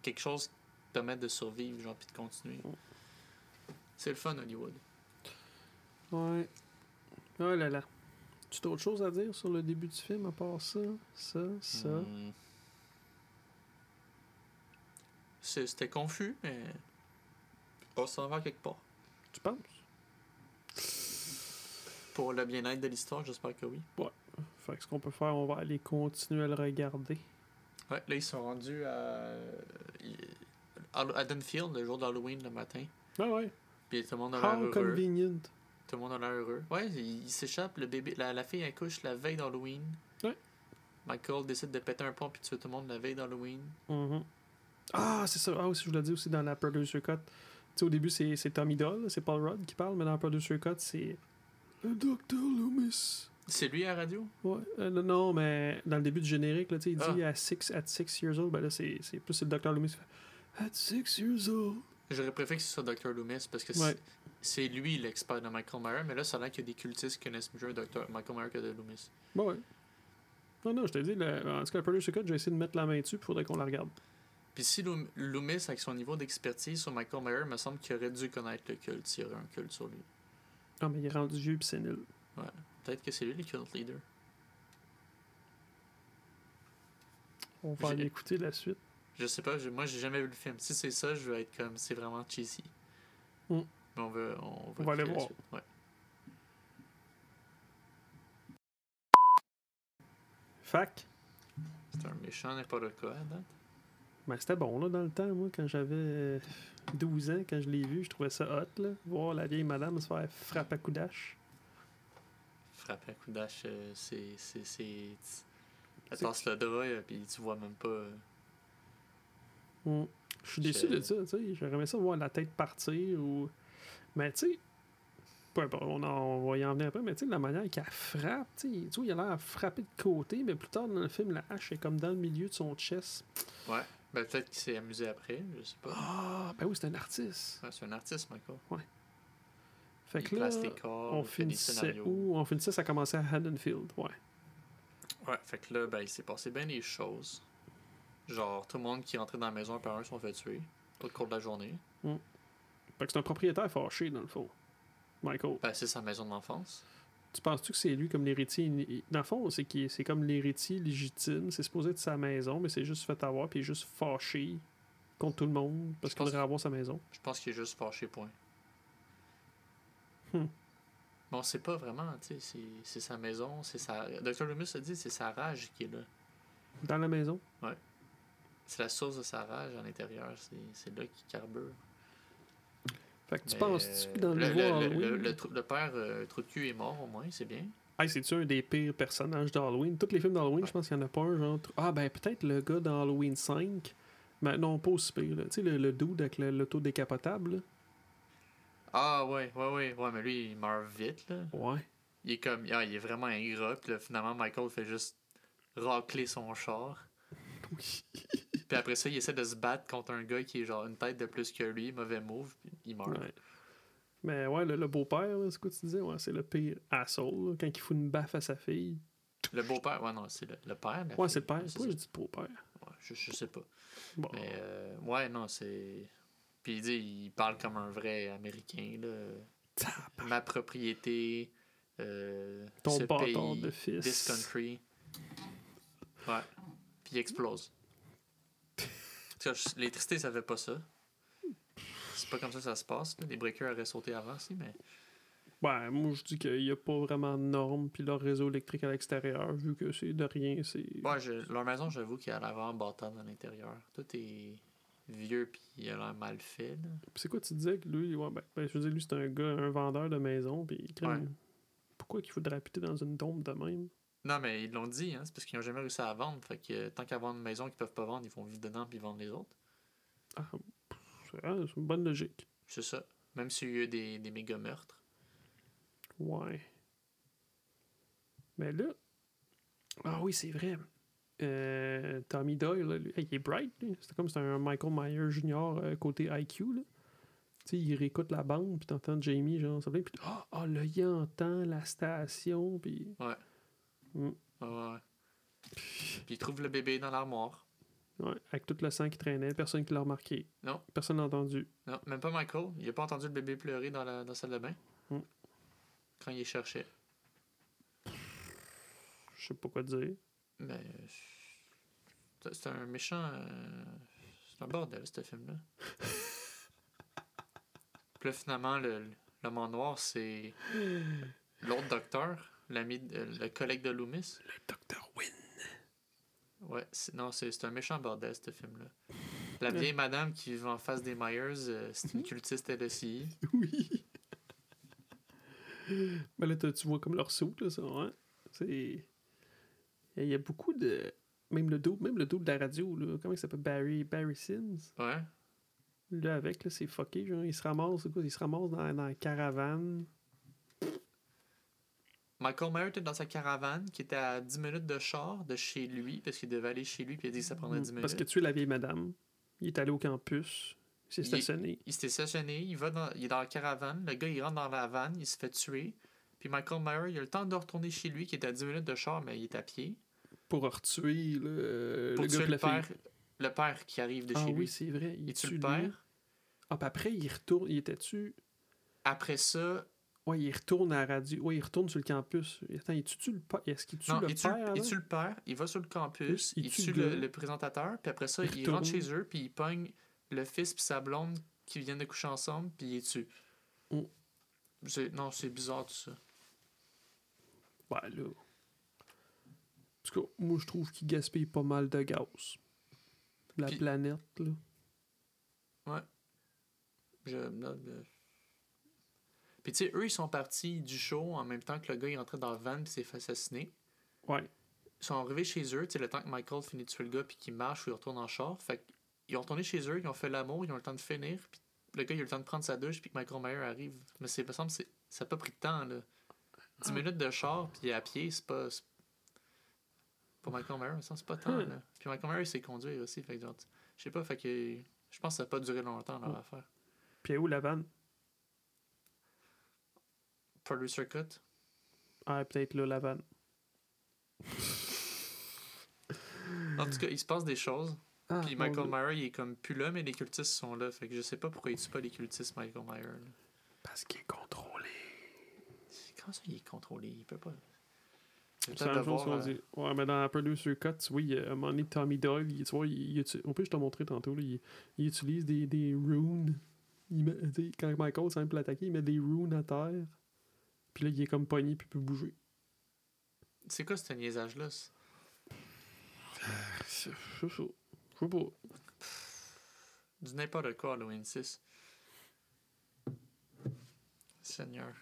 quelque chose te permettre de survivre genre puis de continuer. Hmm. C'est le fun Hollywood. Ouais. Oh là là. Tu as autre chose à dire sur le début du film à part ça, ça, ça. Hmm. C'est- C'était confus, mais on s'en va quelque part. Tu penses Pour le bien-être de l'histoire, j'espère que oui. Fait que ce qu'on peut faire, on va aller continuer à le regarder. Ouais, là, ils sont rendus à, il- à Dunfield le jour d'Halloween le matin. Ah ouais. Puis tout le monde a l'air How heureux. convenient. Tout le monde a l'air heureux. Ouais, il, il s'échappe. Le bébé, la, la fille accouche la veille d'Halloween. Ouais. Michael décide de péter un pont puis de tuer tout le monde la veille d'Halloween. Mhm. Ah, c'est ça. Ah, aussi, je voulais dire aussi dans la Producer Cut. Tu sais, au début, c'est, c'est Tommy Doll, c'est Paul Rudd qui parle, mais dans la Producer Cut, c'est. Le docteur Loomis. C'est lui à la radio? Ouais, euh, non, non, mais dans le début du générique, là, tu sais, il dit Ah. à six, at six years old. Ben là, c'est, c'est plus c'est le docteur Loomis qui fait At six years old. J'aurais préféré que ce soit Dr. Loomis parce que c'est- Ouais. c'est lui l'expert de Michael Myers, mais là, ça a l'air qu'il y a des cultistes qui connaissent mieux Dr. Michael Myers que de Loomis. Bon, ouais. Non, non, je te dis, le- en tout cas, la Producer Cut, j'ai essayé de mettre la main dessus, il faudrait qu'on la regarde. Puis si Loom- Loomis, avec son niveau d'expertise sur Michael Myers, me semble qu'il aurait dû connaître le culte, s'il y aurait un culte sur lui. Non, mais il est rendu vieux pis c'est nul. Peut-être que c'est lui le cult leader. On va J'ai- aller écouter la suite. Je sais pas, j'ai- moi, j'ai jamais vu le film. Si c'est ça, je vais être comme, c'est vraiment cheesy. Mm. Mais on va, on On va aller écouter la voir. suite. Ouais. Fac. hein. C'est un méchant n'importe quoi, à date. Ben, c'était bon, là, dans le temps, moi, quand j'avais euh, 12 ans, quand je l'ai vu, je trouvais ça hot, là. Voir la vieille madame se faire frapper à coups d'âge. Frapper à coup d'âge, euh, c'est. c'est- c'est- tu- Elle passe le drap, euh, puis tu vois même pas. euh, Mm. Je suis déçu Je- de ça, tu sais. J'aurais aimé ça voir la tête partir ou. Mais tu sais, peu importe, on, en- on va y en venir après, mais tu sais, la manière qu'elle frappe, tu sais, tu vois, il a l'air frappé de côté, mais plus tard dans le film, la hache est comme dans le milieu de son chest. Ouais. Ben, peut-être qu'il s'est amusé après, je sais pas. Ah, ben oui, c'est un artiste. Ouais, c'est un artiste, Michael. Fait il que là, place les corps, on il fait des finissait scénarios. où On finissait, ça commençait à Haddonfield, ouais. Ouais, fait que là, ben, il s'est passé bien des choses. Genre, tout le monde qui entrait dans la maison un par un sont fait tuer au cours de la journée. Fait que c'est un propriétaire fâché, dans le fond. Michael. Ben, c'est sa maison d'enfance. Tu penses-tu que c'est lui comme l'héritier? in- Dans le fond, c'est qu'il- c'est comme l'héritier légitime. C'est supposé être sa maison, mais c'est juste fait avoir, puis il est juste fâché contre tout le monde parce Je qu'il pense- voudrait avoir sa maison. Je pense qu'il est juste fâché, point. Hmm. Mais on sait pas vraiment, tu sais, c'est- c'est sa maison, c'est sa... Dr. Loomis a dit, c'est sa rage qui est là. Dans la maison. C'est la source de sa rage à l'intérieur, c'est- c'est là qu'il carbure. Fait que tu Mais, penses-tu que dans le, le, nouveau le, Halloween... le- le trou- le père euh, trou de cul est mort, au moins, c'est bien. Hey, c'est-tu un des pires personnages d'Halloween? Tous les films d'Halloween, je pense qu'il n'y en a pas un genre... Ah ben, peut-être le gars dans Halloween 5. Mais non, pas aussi pire. là. Tu sais, le, le dude avec le- l'auto décapotable. là. Ah, ouais, ouais, ouais, ouais, mais lui, il meurt vite, là. Ouais. Il est comme, ah, il est vraiment ingrat. Puis là, finalement, Michael fait juste racler son char. Oui. Puis après ça, il essaie de se battre contre un gars qui est genre une tête de plus que lui, mauvais move, puis il meurt. Ouais. Mais ouais, le, le beau-père, là, c'est quoi tu disais? Ouais, c'est le pire asshole, là, quand il fout une baffe à sa fille. Le beau-père, ouais, non, c'est le, le père. la Ouais, fille, c'est le père. ouais, Pourquoi je ça. dis beau-père? Ouais, je, je sais pas. Bon. Mais euh, ouais, non, c'est. Puis il dit, il parle comme un vrai américain, là. Tabarnak. Ma propriété, euh, Ton ce bâtard pays, de fils. this country. Ouais. Puis il explose. En tout cas, je- L'électricité, ça fait pas ça. C'est pas comme ça que ça se passe. là. Les breakers auraient sauté avant, si, mais. Ouais, moi je dis qu'il n'y a pas vraiment de normes, puis leur réseau électrique à l'extérieur, vu que c'est de rien, c'est. Ouais, je- leur maison, j'avoue qu'il y a l'air vraiment bâtard à l'intérieur. Tout est vieux, puis il a l'air mal fait, là. Puis c'est quoi tu disais que lui, ouais, ben, ben, je veux dire, lui c'est un gars, un vendeur de maison, puis il crée Ouais. une- Pourquoi qu'il faudrait habiter dans une tombe de même? Non, mais ils l'ont dit, hein. C'est parce qu'ils n'ont jamais réussi à vendre. Fait que euh, tant qu'à vendre une maison qu'ils peuvent pas vendre, ils vont vivre dedans, puis ils vendent les autres. Ah, pff, ah, c'est une bonne logique. C'est ça. Même s'il y a eu des, des méga meurtres. Ouais. Mais là. Ah oui, c'est vrai. Euh, Tommy Doyle, là, lui- hey, il est bright. lui. C'est comme c'est un Michael Myers Jr. euh, côté IQ. Là. Tu sais, il réécoute la bande, puis t'entends Jamie, genre, ça puis ah, ah, là, il entend la station, puis. Ouais, ouais. Puis ils trouvent le bébé dans l'armoire. Ouais, avec tout le sang qui traînait, personne qui l'a remarqué. Non. Personne n'a entendu. Non, même pas Michael. Il a pas entendu le bébé pleurer dans la, dans la salle de bain. Mm. Quand il cherchait. Je sais pas quoi dire. Mais. euh, c'est- C'est un méchant. euh, c'est un bordel, ce film-là. Puis là, finalement, le- l'homme en noir, c'est l'autre docteur, l'ami, de- euh, le collègue de Loomis. Le docteur Wynne. Ouais, c'est- non, c'est c'est un méchant bordel, ce film-là. La vieille madame qui vit en face des Myers, euh, c'est Mhm. une cultiste elle aussi. Oui. Mais là, t'as- tu vois comme leur soupe, là, ça, hein? C'est. Il y a beaucoup de. Même le dos, même le dos de la radio, là. Comment il s'appelle Barry, Barry Sims. Ouais. Là, avec, là, c'est fucké, genre. Il se ramasse, c'est quoi? Il se ramasse dans, dans la caravane. Michael Myers était dans sa caravane qui était à 10 minutes de char de chez lui parce qu'il devait aller chez lui puis il a dit que ça prendrait 10 minutes. Mm. Parce que tu es la vieille madame. Il est allé au campus. Il s'est Il- stationné. Il s'était stationné, il, va dans, il est dans la caravane, le gars il rentre dans la vanne, il se fait tuer. Puis Michael Myers, il a le temps de retourner chez lui qui est à 10 minutes de char mais il est à pied. Pour retuer là, euh, Pour le gars tuer de le la père, fille. le père qui arrive de Ah chez oui, lui. c'est vrai. Il tue lui. le père. Ah, puis après, il retourne. Il était-tu. Après ça, Ouais, il retourne à la radio. Ouais, il retourne sur le campus. Attends, il tue le père. Est-ce qu'il tue non, le il, tue, père? il avant? tue le père, il va sur le campus, il, tue, le le, gars. le présentateur, puis après ça, Il il, rentre retourne. chez eux, puis il pogne le fils puis sa blonde qui viennent de coucher ensemble, puis il les tue. Oh. C'est- Non, c'est bizarre tout ça. Ouais, Ben, là. En tout cas, moi, je trouve qu'il gaspille pas mal de gaz. de la Puis- planète. Là. Je- là, le- Puis tu sais, eux, ils sont partis du show en même temps que le gars il rentrait dans le van et s'est fait assassiner. Ouais. Ils sont arrivés chez eux, tu sais, le temps que Michael finit de tuer le gars puis qu'il marche ou il retourne en char. Fait que, ils ont retourné chez eux, ils ont fait l'amour, ils ont eu le temps de finir. Puis le gars, il a eu le temps de prendre sa douche puis que Michael Mayer arrive. Mais c'est, me semble, que c'est- ça n'a pas pris de temps, là. 10 Ah. minutes de char puis à pied, c'est pas. c'est- Pour Michael Mayer, me semble, c'est pas tant, Hmm. là. Puis Michael Mayer, il sait conduire aussi. Fait que, genre, je sais pas, fait que. Je pense que ça n'a pas duré longtemps, leur Hmm. affaire. Puis elle est où la vanne? Producer Cut. Ah, peut-être là, la vanne. En tout cas, il se passe des choses. Ah, Puis mon Michael Dieu. Myers, il est comme plus là, mais les cultistes sont là. Fait que je sais pas pourquoi il tue pas les cultistes, Michael Myers. là. Parce qu'il est contrôlé. Comment ça, il est contrôlé Il peut pas. Il C'est peut la même chose avoir, qu'on euh, dit. Ouais, mais dans la Producer Cut, oui, à un moment donné, Tommy Doyle, il, tu vois, il, il uti- au pire, je t'ai montré tantôt, là, il, il utilise des, des runes. Il met- tu sais, quand Michael semble pour l'attaquer, il met des runes à terre. Puis là, il est comme pogné, puis il peut bouger. C'est quoi ce niaisage-là c'est- C'est c'est ça. Je sais pas. Du n'importe quoi, Halloween 6. Seigneur.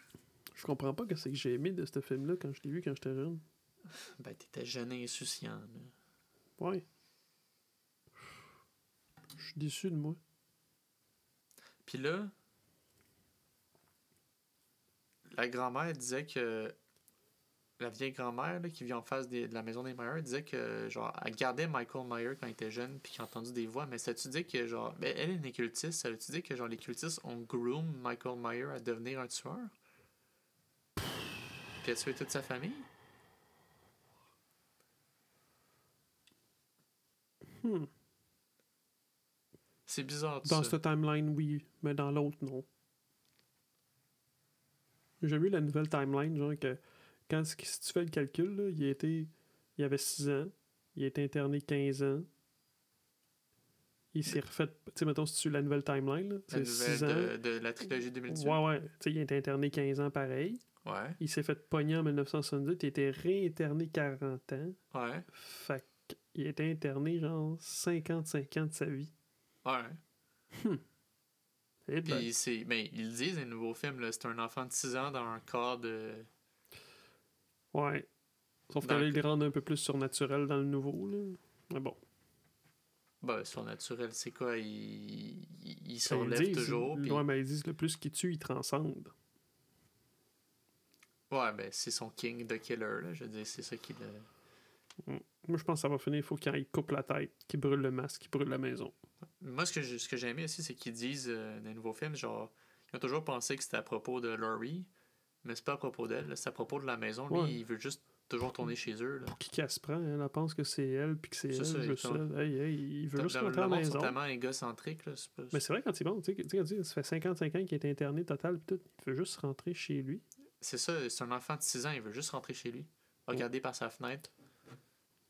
Je comprends pas que c'est que j'ai aimé de ce film-là quand je l'ai vu quand j'étais jeune. Ben, t'étais jeune et insouciant. là. Ouais. Je suis déçu de moi. Puis là, la grand-mère disait que. La vieille grand-mère là, qui vit en face des- de la maison des Myers disait que, genre, elle gardait Michael Myers quand il était jeune puis qu'il a entendu des voix. Mais ça tu dit que, genre, ben, elle est une cultiste, ça veut-tu dire que, genre, les cultistes ont groom Michael Myers à devenir un tueur? Puis a tué toute sa famille? Hmm. C'est bizarre, tout Dans ça. cette timeline, oui, mais dans l'autre, non. J'ai vu la nouvelle timeline, genre que quand si si tu fais le calcul, là, il, a été, il avait 6 ans, il a été interné 15 ans. Il s'est refait. Tu sais, mettons, si tu suis la nouvelle timeline, là, c'est La 6 ans. nouvelle de, de la trilogie 2018. Ouais, ouais. Tu sais, il a été interné 15 ans pareil. Ouais. Il s'est fait pogner en 1978, il a été réinterné 40 ans. Ouais. Fait qu'il a été interné genre 55 ans de sa vie. Ouais. Eh ben, Puis c'est. Ben, ils le disent, les nouveaux films, là, c'est un enfant de 6 ans dans un corps de. Ouais. Sauf que Dans là, le- ils le rendent un peu plus surnaturel dans le nouveau, là. Mais bon. Ben, surnaturel, c'est quoi Il, il, il se Ben, Ils relève disent- toujours. puis- Ouais, mais ils disent le plus qu'il tue, il transcende. Ouais, ben, c'est son king de killer, là. Je veux dire, c'est ça qui le. Moi, je pense que ça va finir, il faut qu'il coupe la tête, qu'il brûle le masque, qu'il brûle la maison. Moi, ce que, j'ai- ce que j'ai aimé aussi, c'est qu'ils disent euh, dans les nouveaux films, genre, ils ont toujours pensé que c'était à propos de Laurie, mais c'est pas à propos d'elle, là, c'est à propos de la maison. Lui, Ouais. il veut juste toujours tourner chez eux, là. Pour qui qu'elle se prend, hein, elle pense que c'est elle, puis que c'est C'est elle, ça, juste exactement. elle. Hey, hey, il veut Le, juste le rentrer à la monde sont maison. tellement égocentrique, là. c'est pas- Mais c'est vrai quand il bon, tu sais, tu sais, quand tu dis, ça fait 55 ans qu'il est interné total, puis tout, il veut juste rentrer chez lui. C'est ça, c'est un enfant de 6 ans, il veut juste rentrer chez lui, regarder par sa fenêtre.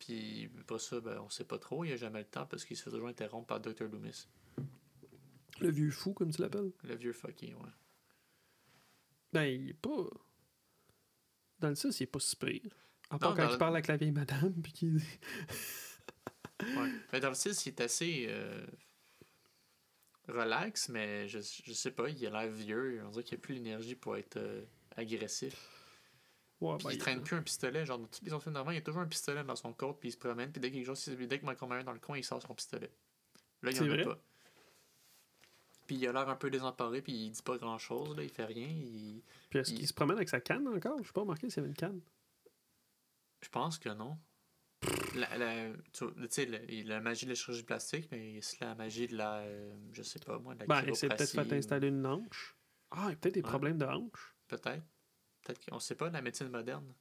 Puis, pas ça, ben, on sait pas trop, il a jamais le temps parce qu'il se fait toujours interrompre par Dr. Loomis, Le vieux fou, comme tu l'appelles. le vieux fucky, ouais. Ben, il est pas. Dans le sens, il est pas si pire. À part Non, quand dans- il parle avec la vieille madame, puis qu'il dit. Ouais. Mais dans le 6, il est assez euh, relax, mais je, je sais pas, il a l'air vieux, on dirait qu'il a plus l'énergie pour être euh, agressif. Ouais, Puis ben, il il- traîne plus un pistolet, genre dans tous les autres films d'avant, il y a toujours un pistolet dans son corps, puis il se promène, puis dès, que quelque chose, dès que Michael Myers est dans le coin, il sort son pistolet. Là, il y C'est en a vrai? pas. Puis il a l'air un peu désemparé, puis il dit pas grand chose, là, il fait rien. il- Puis est-ce Il- qu'il se promène avec sa canne encore? Je pas remarqué s'il y avait une canne. Je pense que non. La, la- tu vois, tu sais, la, la magie de la chirurgie plastique, mais c'est la magie de la. euh, je sais pas moi, de la Ben, il s'est peut-être chiropratie, fait installer une hanche. Ah, il y a peut-être des Ouais. problèmes de hanche. Peut-être. Peut-être qu'on sait pas, la médecine moderne.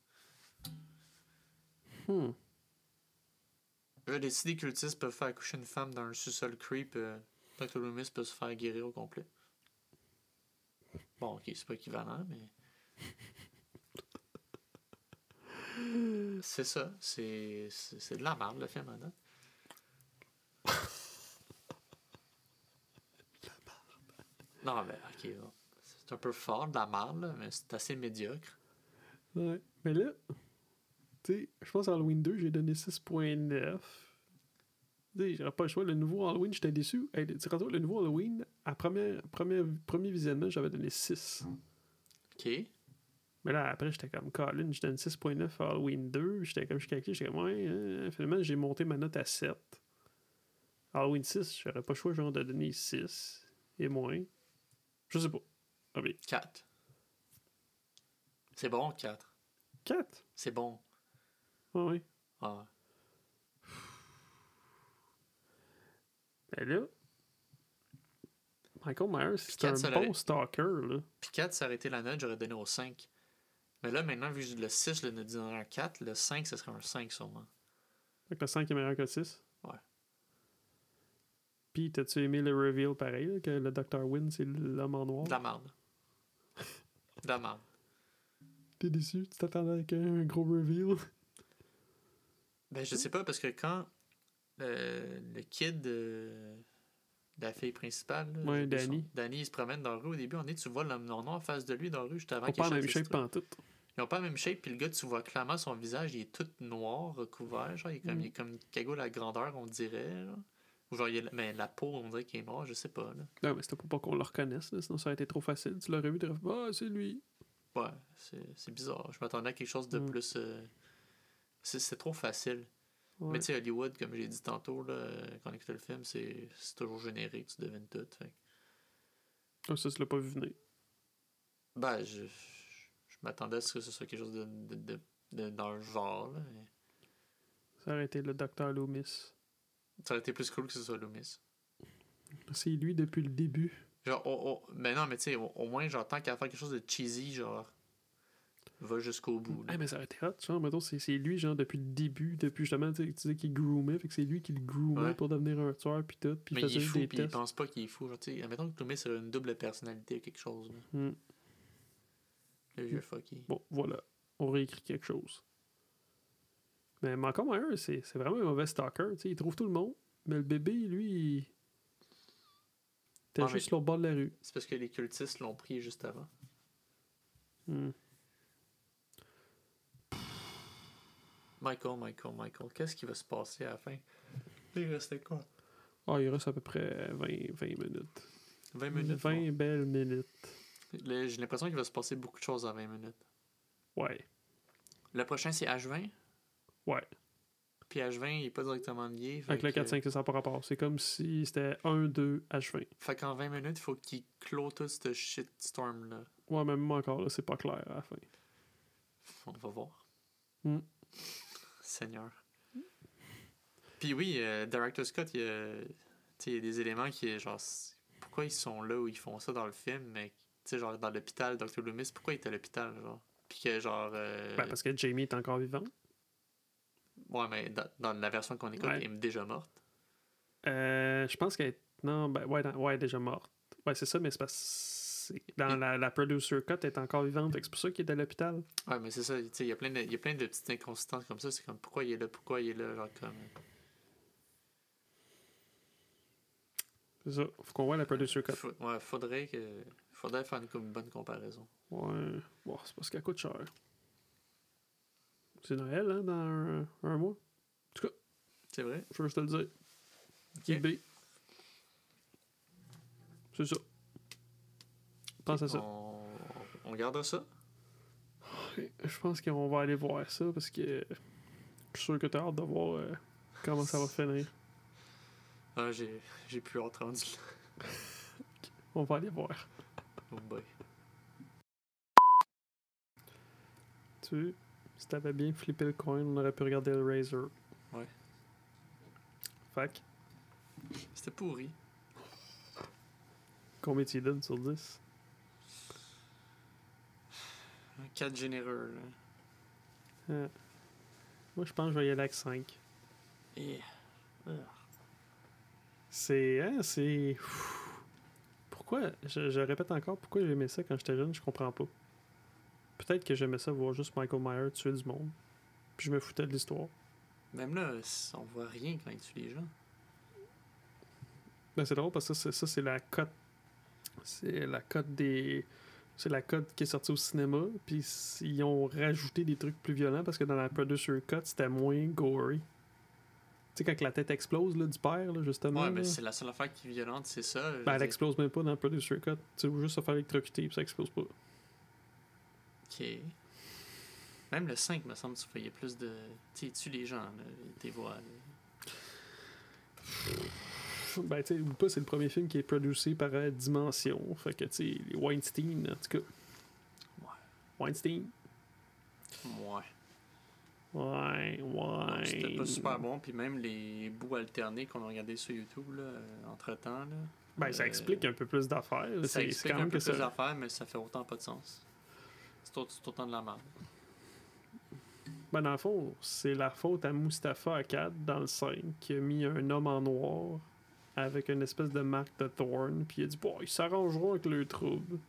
Hmm. Je veux dire, si des cultistes peuvent faire accoucher une femme dans un sous-sol creep, euh, Dr. Loomis peut se faire guérir au complet. Bon, ok, c'est pas équivalent, mais. C'est ça, c'est c'est c'est de la merde le film hein? à date. Non, mais ok, bon. c'est un peu fort de la merde, là, mais c'est assez médiocre. Ouais. Mais là, tu sais, je pense à Halloween 2, j'ai donné 6.9. Tu sais, J'aurais pas le choix. Le nouveau Halloween, j'étais déçu. Hey, tu te rappelles, le nouveau Halloween, à premier, premier, premier visionnement, j'avais donné 6. Ok. Mais là, après, j'étais comme, Colin, je donne 6.9 à Halloween 2. J'étais comme, je suis calculé, j'étais comme, ouais, hein. finalement, j'ai monté ma note à 7. Halloween 6, j'aurais pas le choix, genre, de donner 6 et moins. Je sais pas. Ah, mais 4. C'est bon, 4. 4? C'est bon. Ouais, ouais. Ah, Mais là, Michael Myers, c'est Quatre, un ça l'aurait- bon stalker, là. Puis 4, ça aurait été la note, j'aurais donné au 5. Mais là, maintenant, vu que le 6, je le donnerais un 4, le 5, ce serait un 5 sûrement. Fait que le 5 est meilleur que le 6. Ouais. Puis, t'as-tu aimé le reveal pareil, là, que le Dr. Wynne, c'est l'homme en noir? De la merde. De la merde. T'es déçu? Tu t'attendais avec un gros reveal? Ben, je sais pas, parce que quand euh, le kid euh, de la fille principale, là, Ouais, j'ai oublié son- Danny. Danny, il se promène dans la rue au début, on est, tu vois l'homme non noir en face de lui dans la rue, juste avant On qu'il parle échappe même le shape hein. stra- pantoute. Ils ont pas la même shape, puis le gars, tu vois clairement son visage, il est tout noir, recouvert, genre, il est comme, Mm. il est comme une cagoule à grandeur, on dirait, genre. Ou genre, il y a la- mais la peau, on dirait qu'il est noir, je sais pas, là. Non, mais c'était pour pas qu'on le reconnaisse, là, sinon ça aurait été trop facile. Tu l'aurais vu, tu aurais fait Ah, c'est lui. Ouais, c'est c'est bizarre. Je m'attendais à quelque chose de Mm. plus. euh, c'est c'est trop facile. Ouais. Mais tu sais, Hollywood, comme j'ai dit tantôt, là, euh, quand on écoutait le film, c'est c'est toujours générique, tu devines tout. fait que- Ah, ça, tu l'as pas vu venir. Ben, je, je m'attendais à ce que ce soit quelque chose de, de, de- de- dans le genre. Là. mais Ça aurait été le Dr. Loomis. Ça aurait été plus cool que ce soit Loomis. C'est lui depuis le début. Genre, oh, oh, mais non, mais tu sais, au, au moins, genre, tant qu'à faire quelque chose de cheesy, genre, va jusqu'au bout. là. Ah, mais ça aurait été hot, genre, mettons, c'est c'est lui, genre, depuis le début, depuis justement, tu sais, tu disais qu'il groomait, fait que c'est lui qui le groomait Ouais. pour devenir un tueur, puis tout, puis mais il il est faisait fou, des puis il tests. pense pas qu'il est fou. Genre, tu sais, admettons que Loomis aurait une double personnalité ou quelque chose. là. Hmm. Le vieux fucky. Bon, voilà, on réécrit quelque chose. Mais Malcolm Myers, c'est c'est vraiment un mauvais stalker, tu sais, il trouve tout le monde, mais le bébé, lui, il... T'es Ouais, mais- juste sur le bord de la rue. C'est parce que les cultistes l'ont pris juste avant. Hmm. Michael, Michael, Michael, qu'est-ce qui va se passer à la fin? Il restait quoi? Ah, il reste à peu près 20, 20 minutes. 20 minutes. 20 bon. belles minutes. Le- J'ai l'impression qu'il va se passer beaucoup de choses en 20 minutes. Ouais. Le prochain, c'est H20. Ouais. Puis H20, il est pas directement lié. Fait Avec le que- 4, 5, c'est ça par rapport. C'est comme si c'était 1, 2, H20. Fait qu'en 20 minutes, il faut qu'il clôt tout ce shitstorm-là. Ouais, même moi encore, là, c'est pas clair à la fin. On va voir. Mm. Seigneur. Puis oui, euh, Director Scott, il y a, tu sais, il y a des éléments qui, est genre, c'est- pourquoi ils sont là ou ils font ça dans le film, mais, tu sais, genre, dans l'hôpital, Dr. Loomis, pourquoi il est à l'hôpital, genre? Puis que, genre, euh, Ben, parce que Jamie est encore vivant. ouais, mais dans, dans la version qu'on écoute, Ouais. elle est déjà morte. Euh, je pense qu'elle est. Non, ben, ouais, non, ouais, elle est déjà morte. Ouais, c'est ça, mais c'est parce que. Dans Et- la, la producer cut, elle est encore vivante. fait que C'est pour ça qu'il est à l'hôpital. Ouais, mais c'est ça, tu sais, il y a plein de, il y a plein de petites inconsistances comme ça, c'est comme, pourquoi il est là, pourquoi il est là, genre, comme... C'est ça. Faut qu'on voit la producer cut. Faut- ouais, faudrait que... Faudrait faire une, une bonne comparaison. Ouais. Bon, c'est parce qu'elle coûte cher. C'est Noël, hein, dans un, un mois. C'est vrai? Je veux juste te le dire. eBay. C'est ça. Pense à ça. On, on gardera ça? Je pense qu'on va aller voir ça parce que je suis sûr que t'as hâte de voir euh, comment ça va finir. Ah, j'ai, j'ai plus hâte rendu là. On va aller voir. Oh boy. Tu, si t'avais bien flippé le coin, on aurait pu regarder le Razor. Ouais. Fait que, C'était pourri. combien tu y donnes sur 10 Un 4 hein, généreux, là. Moi, je pense que je vais y aller avec 5. Et... C'est. Hein, c'est. Pfff. Pourquoi. Je, je répète encore, pourquoi j'aimais ça quand j'étais jeune, je comprends pas. Peut-être que j'aimais ça voir juste Michael Myers tuer du monde. Puis je me foutais de l'histoire. Même là, c- on voit rien quand il tue les gens. Ben, c'est drôle parce que ça, c'est- ça, c'est la cote. C'est la cote des. C'est la cote qui est sortie au cinéma. Puis s- ils ont rajouté des trucs plus violents parce que dans la producer cut, c'était moins gory. Tu sais, quand la tête explose là, du père, là, justement. Ouais, là. ben c'est la seule affaire qui est violente, c'est ça. je Ben, elle veux dire, explose même pas dans Producer Cut. Tu sais, juste se faire électrocuter puis ça explose pas. qui est- Même le 5, me semble, tu voyais plus de. Tu tues les gens, là, tes voix. là. Ben, tu sais, ou pas, c'est le premier film qui est producé par euh, Dimension. Fait que, tu sais, les Weinstein, en tout cas. Weinstein. Ouais. Ouais, ouais. Ah, C'était pas super bon, puis même les bouts alternés qu'on a regardés sur YouTube, là, euh, entre-temps, là. Ben, ça Euh, explique un peu plus d'affaires. là. C'est Ça c'est explique quand un même peu que plus ça. d'affaires, mais ça fait autant pas de sens. C'est au- c'est autant de la merde. Ben, dans le fond, c'est la faute à Mustapha Akkad dans le 5 qui a mis un homme en noir avec une espèce de marque de thorn. Puis il a dit, bon, ils s'arrangeront avec le trouble.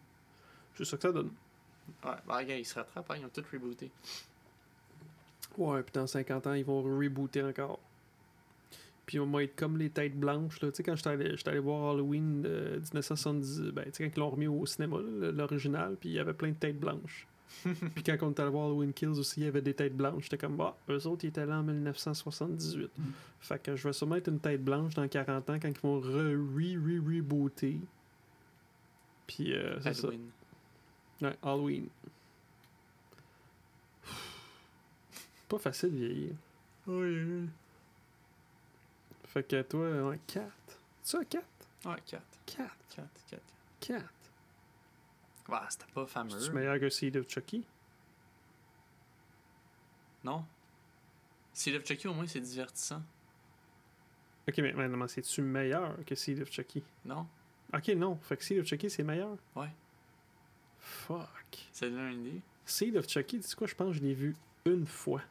C'est ça que ça donne. Ouais, ben, regarde, ils se rattrapent, hein, ils ont tout rebooté. Ouais, hein, puis dans 50 ans, ils vont rebooter encore. Puis on va être comme les têtes blanches. Là. Tu sais, quand j'étais allé, j'étais allé voir Halloween euh, 1970, ben, tu sais, quand ils l'ont remis au cinéma, là, l'original, puis il y avait plein de têtes blanches. puis quand on est allé voir Halloween Kills aussi, il y avait des têtes blanches. J'étais comme, bah, eux autres, ils étaient là en 1978. Fait que je vais sûrement être une tête blanche dans 40 ans quand ils vont re-re-rebooter. Puis euh, c'est ça. Halloween. Ouais, Halloween. Pas facile de vieillir. Oui. Fait que toi, ouais, 4. Ça, 4? Ouais, 4. 4. 4, 4. 4. Ouais, c'était pas fameux. C'est meilleur que Seed of Chucky. Non. Seal of Chucky, au moins, c'est divertissant. Ok, mais maintenant, c'est-tu meilleur que Seed of Chucky? Non? Ok, non. Fait que Seed of Chucky, c'est meilleur? Ouais. Fuck. Ça donne une idée? Seed of Chucky, tu sais quoi, je pense que je l'ai vu une fois.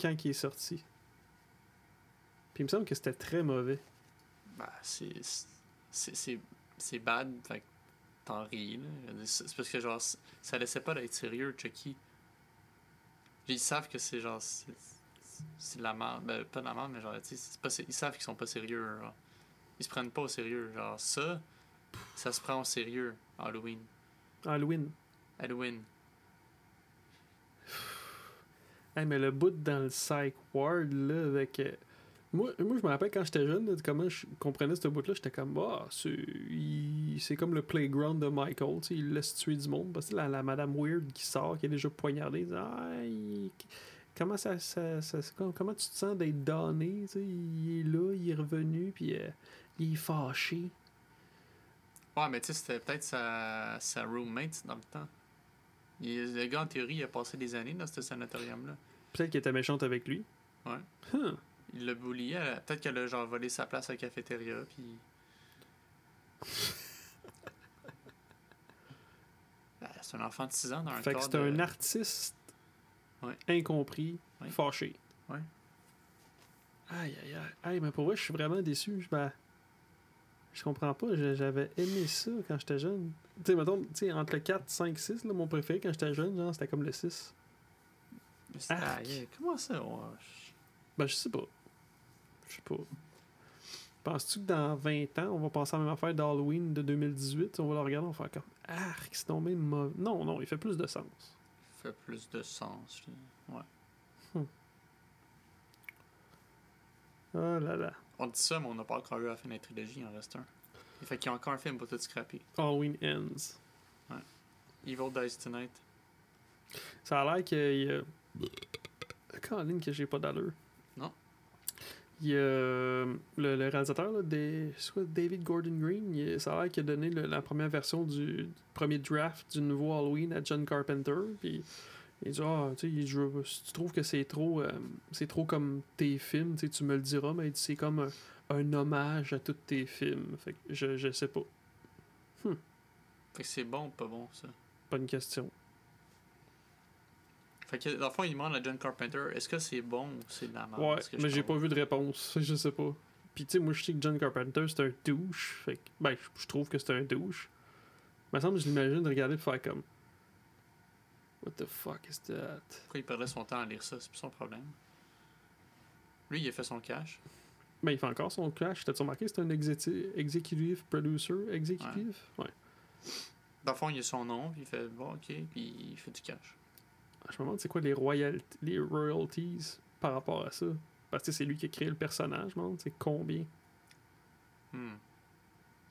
Quand il est sorti. Puis il me semble que c'était très mauvais. Bah, c'est. c'est- C'est c'est bad, fait que t'en ris, là. Je veux dire, C'est c'est parce que, genre, c- ça laissait pas d'être sérieux, Chucky. Ils savent que c'est genre. c'est- C'est de la merde. Ben, pas de la merde, mais genre, tu sais, c'est pas sé- ils savent qu'ils sont pas sérieux. genre. Ils se prennent pas au sérieux. Genre, ça, ça se prend au sérieux, Halloween. Halloween. Halloween. Hey, mais le bout dans le psych ward, là, avec. euh, Moi, moi, je me rappelle quand j'étais jeune, là, de comment je comprenais ce bout-là, j'étais comme, ah, c'est il- c'est comme le playground de Michael, tu sais, il laisse tuer du monde. Parce que la, la madame Weird qui sort, qui est déjà poignardée, elle dit, ah, il- comment, ça, ça- ça- c'est comme- comment tu te sens d'être donné, tu sais, il est là, il est revenu, puis euh, il est fâché. Ouais, mais tu sais, c'était peut-être sa, sa roommate dans le temps. Il- le gars, en théorie, il a passé des années dans ce sanatorium-là. Peut-être qu'elle était méchante avec lui. Ouais. Huh. Il l'a bullié. elle a- Peut-être qu'elle a genre volé sa place à la cafétéria, puis. Ben, c'est un enfant de 6 ans dans un Fait que corps c'est de- un artiste Ouais. incompris, Ouais. fâché. Ouais. Aïe, aïe, aïe. Aïe, mais pour vrai, je suis vraiment déçu. Je, ben, je comprends pas. Je- J'avais aimé ça quand j'étais jeune. Tu sais, mettons, tu sais, entre le 4, 5, 6, là, mon préféré quand j'étais jeune, genre, c'était comme le 6. C'est- arc. Aïe, comment ça? ouais, je- Ben, je sais pas. Je sais pas. Penses-tu que dans 20 ans, on va passer à la même affaire d'Halloween de 2018? On va le regarder, on va faire comme Arc, c'est tombé mauvais. Non, non, il fait plus de sens. fait plus de sens. là. Oh là là. On dit ça, mais on n'a pas encore eu la fin de la trilogie, il en reste un. Fait qu'il y a encore un film pour tout scraper. Halloween ends. Evil Dies Tonight. Ça a l'air qu'il y a. Colin, que j'ai pas d'allure. Non. Il y a euh, le, le réalisateur, là, des, soit David Gordon Green, il- ça a l'air qu'il a donné le- la première version du, du premier draft du nouveau Halloween à John Carpenter. Puis il dit Ah, tu sais, il dit, Je- si tu trouves que c'est trop, euh, c'est trop comme tes films, tu sais, tu me le diras, mais il dit, c'est comme un, un hommage à tous tes films. Fait que je, je sais pas. Fait que c'est bon ou pas bon, ça? Pas une question. Fait que, dans le fond, il demande à John Carpenter, est-ce que c'est bon ou c'est de la merde? Ouais, ce que je mais j'ai parle? pas vu de réponse, je sais pas. Puis tu sais, moi je sais que John Carpenter c'est un douche, fait que, ben je- je trouve que c'est un douche. Il me semble que je l'imagine de regarder et faire comme What the fuck is that? Pourquoi il perdrait son temps à lire ça? C'est plus son problème. Lui, il a fait son cash. Ben il fait encore son clash, t'as-tu remarqué c'est un exéti- executive producer, exécutif? Ouais. Dans le fond, il a son nom, puis il fait bon, ok, puis il fait du cash. Je me demande c'est quoi les royalties, les royalties par rapport à ça. Parce que c'est lui qui a créé le personnage, man. C'est combien Hmm.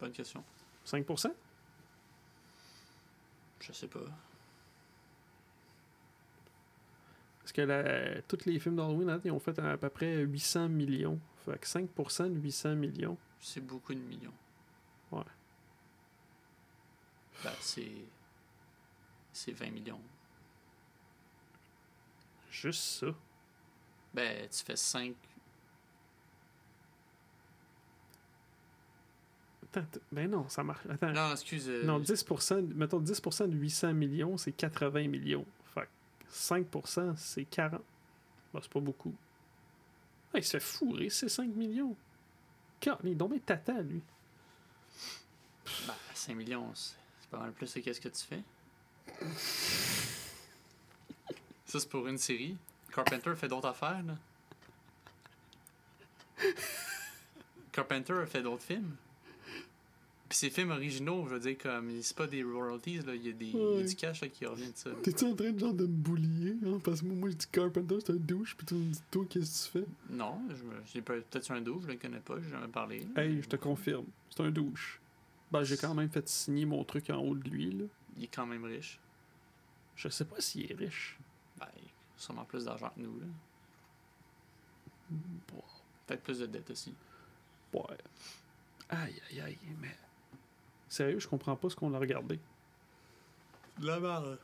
Bonne question. 5%? Je sais pas. Parce que la- tous les films d'Halloween, hein, ils ont fait à, peu près 800 millions. Fait que 5% de 800 millions. C'est beaucoup de millions. Ouais. Ben, c'est. C'est 20 millions. Juste ça. Ben, tu fais 5. Attends, t- ben non, ça marche. Attends. Non, excuse. euh, Non, 10%, de- mettons 10% de 800 millions, c'est 80 millions. Fait que 5%, c'est 40. Bah, c'est pas beaucoup. Ah, il se fait fourrer, c'est 5 millions. Car, il est donc bien tata, lui. Ben, 5 millions, c'est c'est pas mal plus que qu'est-ce que tu fais. Ça, c'est pour une série. Carpenter fait d'autres affaires, là. Carpenter a fait d'autres films. Puis ses films originaux, je veux dire, comme, c'est pas des royalties, là. Il y a, des, il y a Ouais. du cash là, qui revient de ça. T'es-tu en train de, genre, de me boulier? hein? Parce que moi, je dis Carpenter, c'est un douche, puis tu me dis, toi, qu'est-ce que tu Non, je me- j'ai peut- peut-être un doux, je le connais pas, j'ai jamais parlé. là. Hey, je te confirme, c'est un douche. Ben, j'ai quand même fait signer mon truc en haut de lui, là. Il est quand même riche. Je sais pas s'il est riche. Ben, il a sûrement plus d'argent que nous, là. Bon, Peut-être plus de dettes aussi. Ouais. Aïe, aïe, aïe, mais. Sérieux, je comprends pas ce qu'on a regardé. Là-bas, là.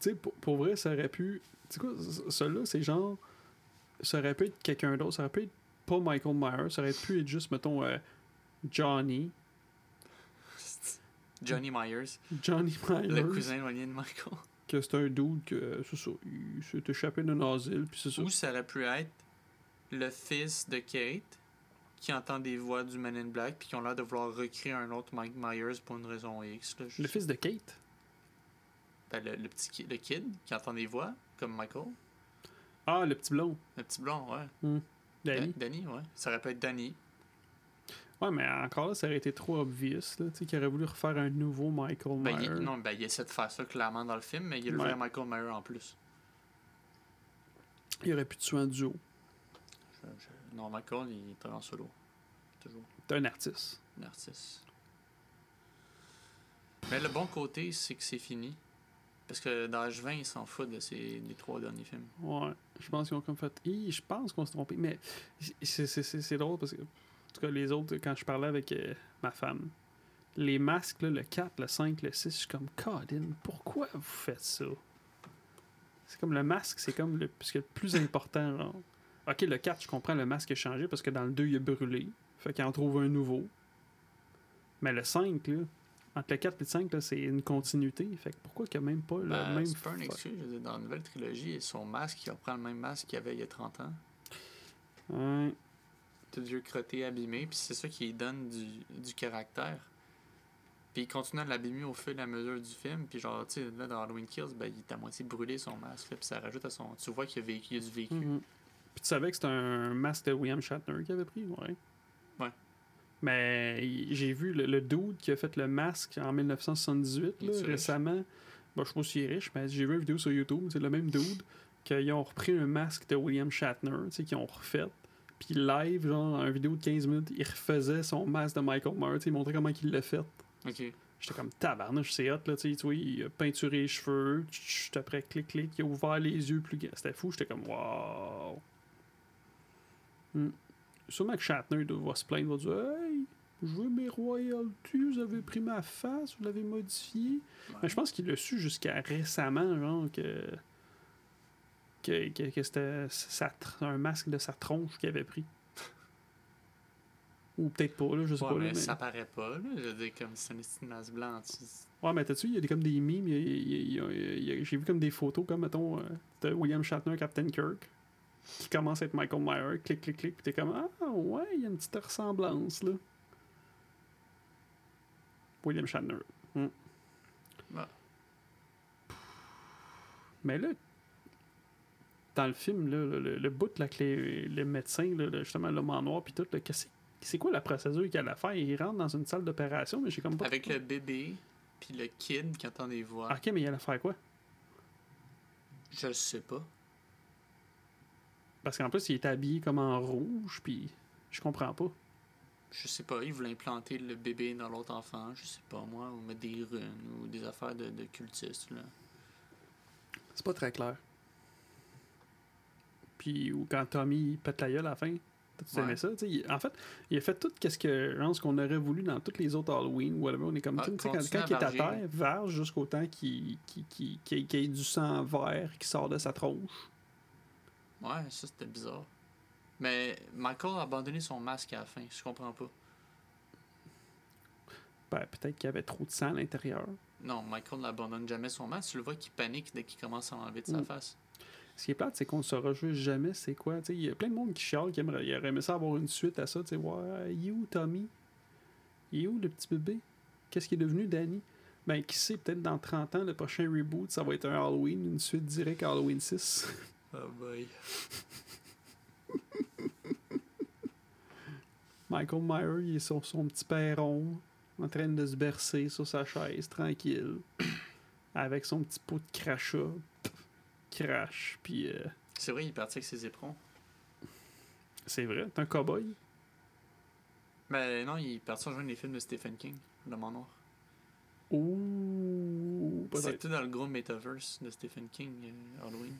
Tu sais, pour, pour vrai, ça aurait pu. Tu sais quoi, ce- celui-là, c'est genre. Ça aurait pu être quelqu'un d'autre. Ça aurait pu être pas Michael Myers. Ça aurait pu être juste, mettons, euh, Johnny. Johnny Myers, Johnny Myers. le cousin éloigné de Michael. Que c'est un dude que. C'est ça. Il s'est échappé d'un asile, puis c'est ça. Ou ça aurait pu être le fils de Kate qui entend des voix du Men in Black puis qui ont l'air de vouloir recréer un autre Mike Myers pour une raison X. Là, je- Le fils de Kate. Ben, le, le petit ki- le kid qui entend des voix, comme Michael. Ah, le petit blond. Le petit blond, ouais. Danny. Da- Danny, ouais. Ça aurait pu être Danny. Ouais, mais encore là, ça aurait été trop obvious, là. Tu sais, qu'il aurait voulu refaire un nouveau Michael Myers. Ben, il, non, ben, il essaie de faire ça clairement dans le film, mais il y a le Ouais. vrai Michael Myers en plus. Il aurait pu tuer un duo. Je- je- non, Michael, il est en solo. Toujours. T'es un artiste. Un artiste. Mais le bon côté, c'est que c'est fini. Parce que dans H20, ils s'en foutent de ces, des trois derniers films. Ouais, je pense qu'ils ont comme fait. Hi, je pense qu'on s'est trompé, mais c'est- c'est c'est- c'est drôle parce que, en tout cas, les autres, quand je parlais avec euh, ma femme, les masques, là, le 4, le 5, le 6, je suis comme, Colin, pourquoi vous faites ça? C'est comme le masque, c'est comme le, parce que le plus important. genre. Ok, le 4, je comprends, le masque est changé parce que dans le 2, il est brûlé. Fait qu'il en trouve un nouveau. Mais le 5, là, entre le 4 et le 5, là, c'est une continuité. Fait que pourquoi qu'il n'y a même pas le Ben, même. c'est pas une fa- excuse. Je veux dire, dans la nouvelle trilogie, son masque, il reprend le même masque qu'il avait il y a 30 ans. Ouais. Tout vieux crotté, abîmé, puis c'est ça qui lui donne du, du caractère. Puis il continue à l'abîmer au fil et à mesure du film. Puis genre, tu sais, là, dans Halloween Kills, ben, il est à moitié brûlé son masque, là, puis ça rajoute à son... Tu vois qu'il a, vécu, il a du vécu. Mhm. Puis tu savais que c'était un masque de William Shatner qu'il avait pris, ouais. Ouais. Mais il- j'ai vu le, le dude qui a fait le masque en 1978, Il est-tu là, riche? récemment. Bah, je sais pas s'il est riche, mais j'ai vu une vidéo sur YouTube, c'est le même dude, qu'ils ont repris un masque de William Shatner, tu sais, qu'ils ont refait. Puis live, genre, une vidéo de 15 minutes, il refaisait son masque de Michael Myers, tu sais, il montrait comment il l'a fait. OK. J'étais comme tabarnouche, c'est hot, là, tu sais, tu vois, il a peinturé les cheveux, tch, tch, après clic, clic, il a ouvert les yeux plus grands. C'était fou, j'étais comme wow. Hmm. Sûrement que Shatner il va se plaindre, va dire Hey, je veux mes royalties, vous avez pris ma face, vous l'avez modifiée. Mais je pense qu'il l'a su jusqu'à récemment, genre, que. que, que, que c'était sa tr- un masque de sa tronche qu'il avait pris. Ou peut-être pas, là, je sais Ouais, pas. là, mais mais- ça paraît pas, là. Je veux dire, comme c'est un esti de masque blanc. tu- Ouais, mais t'as-tu, il y a des- comme des mimes, il y a- il y a- il y a- il y a- j'ai vu comme des photos, comme mettons, euh, de William Shatner, Captain Kirk, qui commence à être Michael Myers, clic, clic, clic, puis t'es comme, ah ouais, il y a une petite ressemblance, là. William Shatner. Hmm. Ouais. Mais là, dans le film, là, le, le- le bout, là, que les, les médecins, là, le- justement, l'homme en noir, puis tout, là, qu'est-ce- c'est quoi la procédure qu'il a à faire? Il rentre dans une salle d'opération, mais j'ai comme pas... Ah, Avec le bébé, puis le kid qui entend des voix. Ok, mais il allait faire quoi? Je le sais pas. Parce qu'en plus, il est habillé comme en rouge, puis je comprends pas. Je sais pas, ils voulaient implanter le bébé dans l'autre enfant, je sais pas moi, ou mettre des runes ou des affaires de, de cultistes. Là. C'est pas très clair. Puis ou quand Tommy il pète la gueule à la fin, tu Ouais. aimé ça? tu sais, il- en fait, il a fait tout qu'est-ce que, genre, ce qu'on aurait voulu dans toutes les autres Halloween, whatever. On est comme Ouais, tu sais, quand, continue quand il est à Ah, à varger. terre, verge jusqu'au temps qu'il qu'il- qu'il- qu'il- qu'il ait du sang vert qui sort de sa tronche. Ouais, ça c'était bizarre. Mais Michael a abandonné son masque à la fin, je comprends pas. Ben, peut-être qu'il y avait trop de sang à l'intérieur. Non, Michael n'abandonne jamais son masque, tu le vois qu'il panique dès qu'il commence à enlever de sa Mm. face. Ce qui est plate, c'est qu'on ne saura juste jamais c'est quoi. Tu sais, Il y a plein de monde qui chiale, qui aimerait, il aurait aimé ça avoir une suite à ça. Tu sais, ouais, il est où Tommy Il est où le petit bébé Qu'est-ce qui est devenu Danny Ben, qui sait, peut-être dans 30 ans, le prochain reboot, ça va être un Halloween, une suite directe à Halloween 6. Oh boy. Michael Myers, il est sur son petit perron, en train de se bercer sur sa chaise, tranquille, avec son petit pot de crachat. Crash, puis euh, C'est vrai, il est parti avec ses éperons. c'est vrai, t'es un cow-boy. Mais non, il est parti rejoindre les films de Stephen King, Le Manoir. Ouh, peut-être. C'était dans le gros metaverse de Stephen King, euh, Halloween.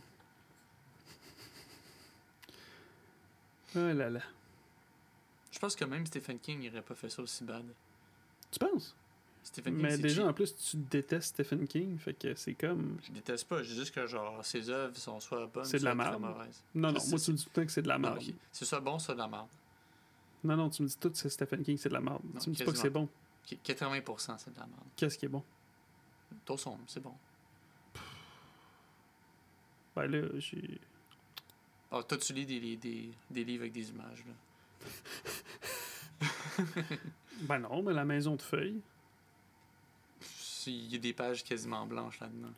Ah là là. Je pense que même Stephen King n'aurait pas fait ça aussi bad. Tu penses? Stephen King, Mais c'est déjà, cheap. en plus, tu détestes Stephen King, fait que c'est comme. Je déteste pas, je dis juste que genre ses œuvres sont soit bonnes, C'est de soit la très merde. mauvaises. Non, non, C'est- moi, c'est- tu me dis tout le temps que c'est de la Ah, merde. ok. C'est soit bon, soit de la merde. Non, non, tu me dis tout que c'est Stephen King, c'est de la merde. Non, tu me dis pas que c'est bon. Ok, 80% c'est de la merde. Qu'est-ce qui est bon? Taux sombre, c'est bon. Ben là, j'ai. Ah, toi, tu lis des, des, des, des livres avec des images. Là. Ben non, mais La Maison de Feuilles. Si, Il y a des pages quasiment blanches là-dedans.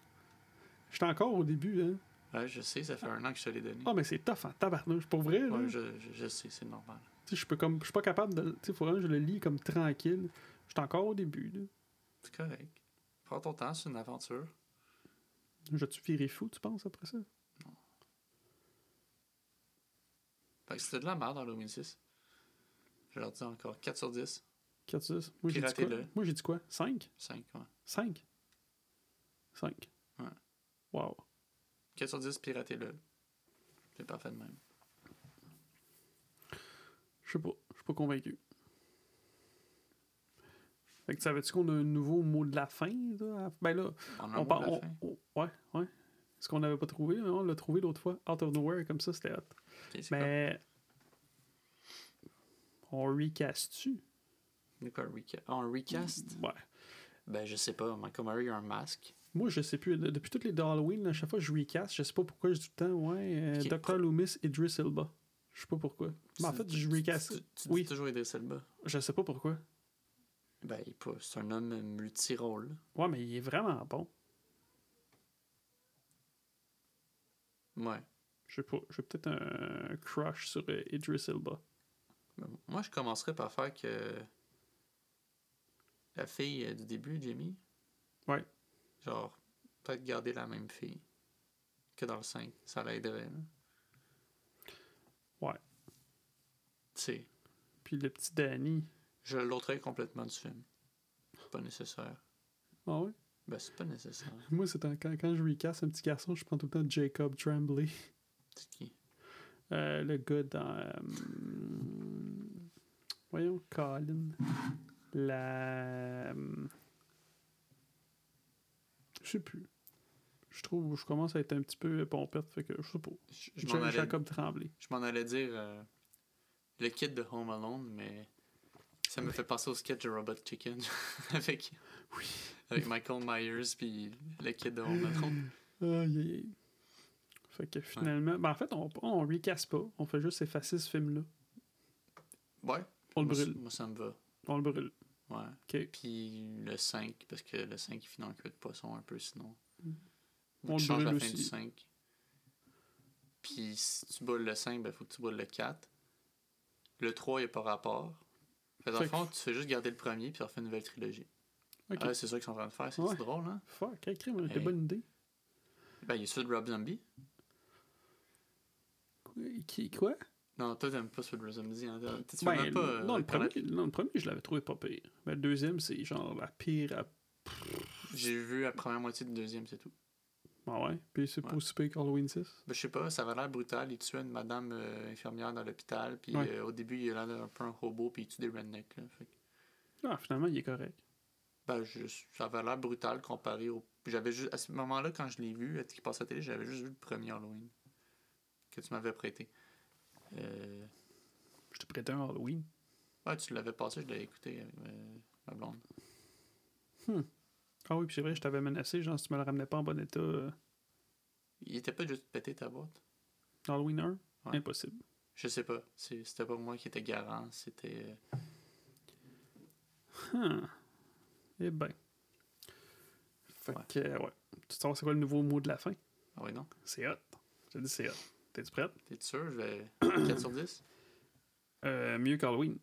J'étais encore au début, hein. Ouais, je sais, ça fait un an que je te l'ai donné. Ah, mais c'est tough en tabarnouche. Pour vrai, là. Mm. Ouais, tu je, je, je sais, c'est normal. sais, je peux comme. Je suis pas capable de. Tu sais, faut vraiment que je le lis comme tranquille. J'étais encore au début, là. C'est correct. Prends ton temps, c'est une aventure. Je tu viré fou, tu penses, après ça? Fait que c'était de la merde, Halloween 6. Je leur dis encore 4 sur 10, Qu'est-ce que tu dis? Moi, j'ai dit quoi? Piratez-le. Moi, j'ai dit quoi? 5? 5, ouais. 5? 5. Ouais. Wow. 4 sur 10, piratez-le. C'est parfait de même. Je sais pas, je suis pas convaincu. Fait que savais-tu qu'on a un nouveau mot de la fin? Là? à- Ben là, On a un on mot parle. de la fin. on- on- Ouais, ouais. Ce qu'on n'avait pas trouvé, mais on l'a trouvé l'autre fois. Out of nowhere, comme ça, c'était hot. Ok, c'est quoi- Mais. On recast-tu? c'est quoi un reca- ah, un recast? Ouais. Ben, je sais pas. Michael Murray a un masque. Moi, je sais plus. de- Depuis toutes les Halloween, à chaque fois que je recast, je sais pas pourquoi je dis tout le temps, ouais, Ok. Docteur Loomis, Idris Elba. Je sais pas pourquoi. Mais Ben, en Tu- fait, tu- je tu- recast. tu- Tu Oui. dis toujours Idris Elba. Je sais pas pourquoi. Ben, il est pas- c'est un homme multi-rôle. Ouais, mais il est vraiment bon. Ouais. Je sais pas. J'ai peut-être un crush sur euh, Idris Elba. Ben, Moi, je commencerais par faire que la fille euh, du début, Jamie. Ouais. Genre, peut-être garder la même fille que dans le 5. Ça l'aiderait. hein. là. Ouais. Tu sais, Puis le petit Danny. je l'ôterais complètement du film. Pas nécessaire. Ah ouais? Ben, c'est pas nécessaire. Moi, c'est un- quand, quand je recasse un petit garçon, je prends tout le temps Jacob Tremblay. C'est qui Euh, le gars dans. euh, voyons, Colin. La. euh, je sais plus. Je trouve, je commence à être un petit peu pompette, fait que je sais pas. Je, je m'en Ja- allais, Jacob Tremblay. je m'en allais dire euh, le kit de Home Alone, mais ça me fait penser au sketch de Robot Chicken avec, avec Michael Myers puis le kid de Home Alone. Aïe, aïe, aïe. Fait que finalement, ben en fait, on, on recasse pas, on fait juste effacer ce film-là. Ouais, On le moi, brûle. c- moi, ça me va. On le brûle. Ouais. Ok. Puis le 5, parce que le 5 il finit en queue de poisson un peu sinon. Mm. On On le change la fin brûle du aussi. 5. Puis si tu brûles le 5, ben faut que tu brûles le 4. Le 3, il n'y a pas rapport. Fait, dans Fait le que- fond, tu fais juste garder le premier, puis on refait une nouvelle trilogie. Ok. Ah, c'est ça qu'ils sont en train de faire, c'est Ouais. drôle, hein? Fuck, hey, crime, on a des Hey. bonnes idées. Ben, il y a celui de Rob Zombie. Qui, quoi? Non, toi, t'aimes pas Sweet Rhapsody. hein. Tu tu Ben, fais même pas. euh, non, le par premier, la- non, le premier, je l'avais trouvé pas pire. Mais le deuxième, c'est genre la pire à... J'ai vu la première moitié du deuxième, c'est tout. Ah ouais? Puis c'est pas Ouais. aussi pire qu'Halloween 6? Ben, je sais pas, ça avait l'air brutal. Il tuait une madame euh, infirmière dans l'hôpital. Puis Ouais. euh, au début, il a l'air un peu un hobo. Puis il tue des rednecks. là. Fait que- Ah, finalement, il est correct. Ben, je- ça avait l'air brutal comparé au. J'avais juste. À ce moment-là, quand je l'ai vu, à- qui passait à la télé, j'avais juste vu le premier Halloween que tu m'avais prêté. Euh, Je te prêtais un Halloween. Ah, tu l'avais passé, je l'avais écouté avec euh, ma blonde. Ah oui, puis c'est vrai, je t'avais menacé, genre, si tu me le ramenais pas en bon état, euh, Il était pas juste pété ta boîte. Halloween 1, Ouais. impossible. Je sais pas. C'est- C'était pas moi qui était garant. C'était. euh, Hum. Eh ben. Fait Ouais. que, ouais. Tu sais c'est quoi le nouveau mot de la fin? Ah oui, non. C'est hot. Je te dis c'est hot. T'es-tu prête? T'es sûr? Je vais. 4 sur 10? Euh, mieux qu'Halloween.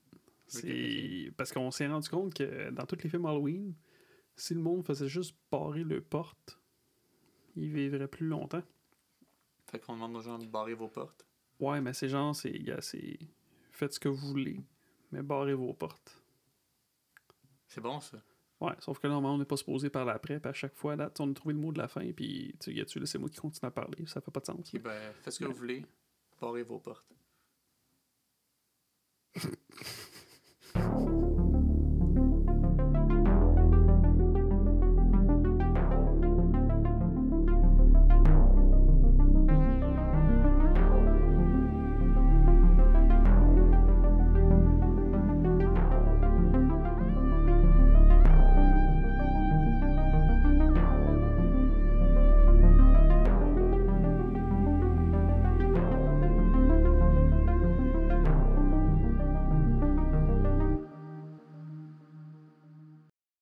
C'est parce qu'on s'est rendu compte que dans tous les films Halloween, si le monde faisait juste barrer le porte, il vivrait plus longtemps. Fait qu'on demande aux gens de barrer vos portes. Ouais, mais c'est genre, c'est, gars, c'est faites ce que vous voulez, mais barrez vos portes. C'est bon, ça. Ouais, sauf que là, normalement, on n'est pas supposé parler après, puis à chaque fois, là, tu sais, on a trouvé le mot de la fin, puis tu sais, gars, tu là, c'est moi qui continue à parler, ça fait pas de sens. Ok, ben, faites ce que Ouais. vous voulez. Barrez vos portes.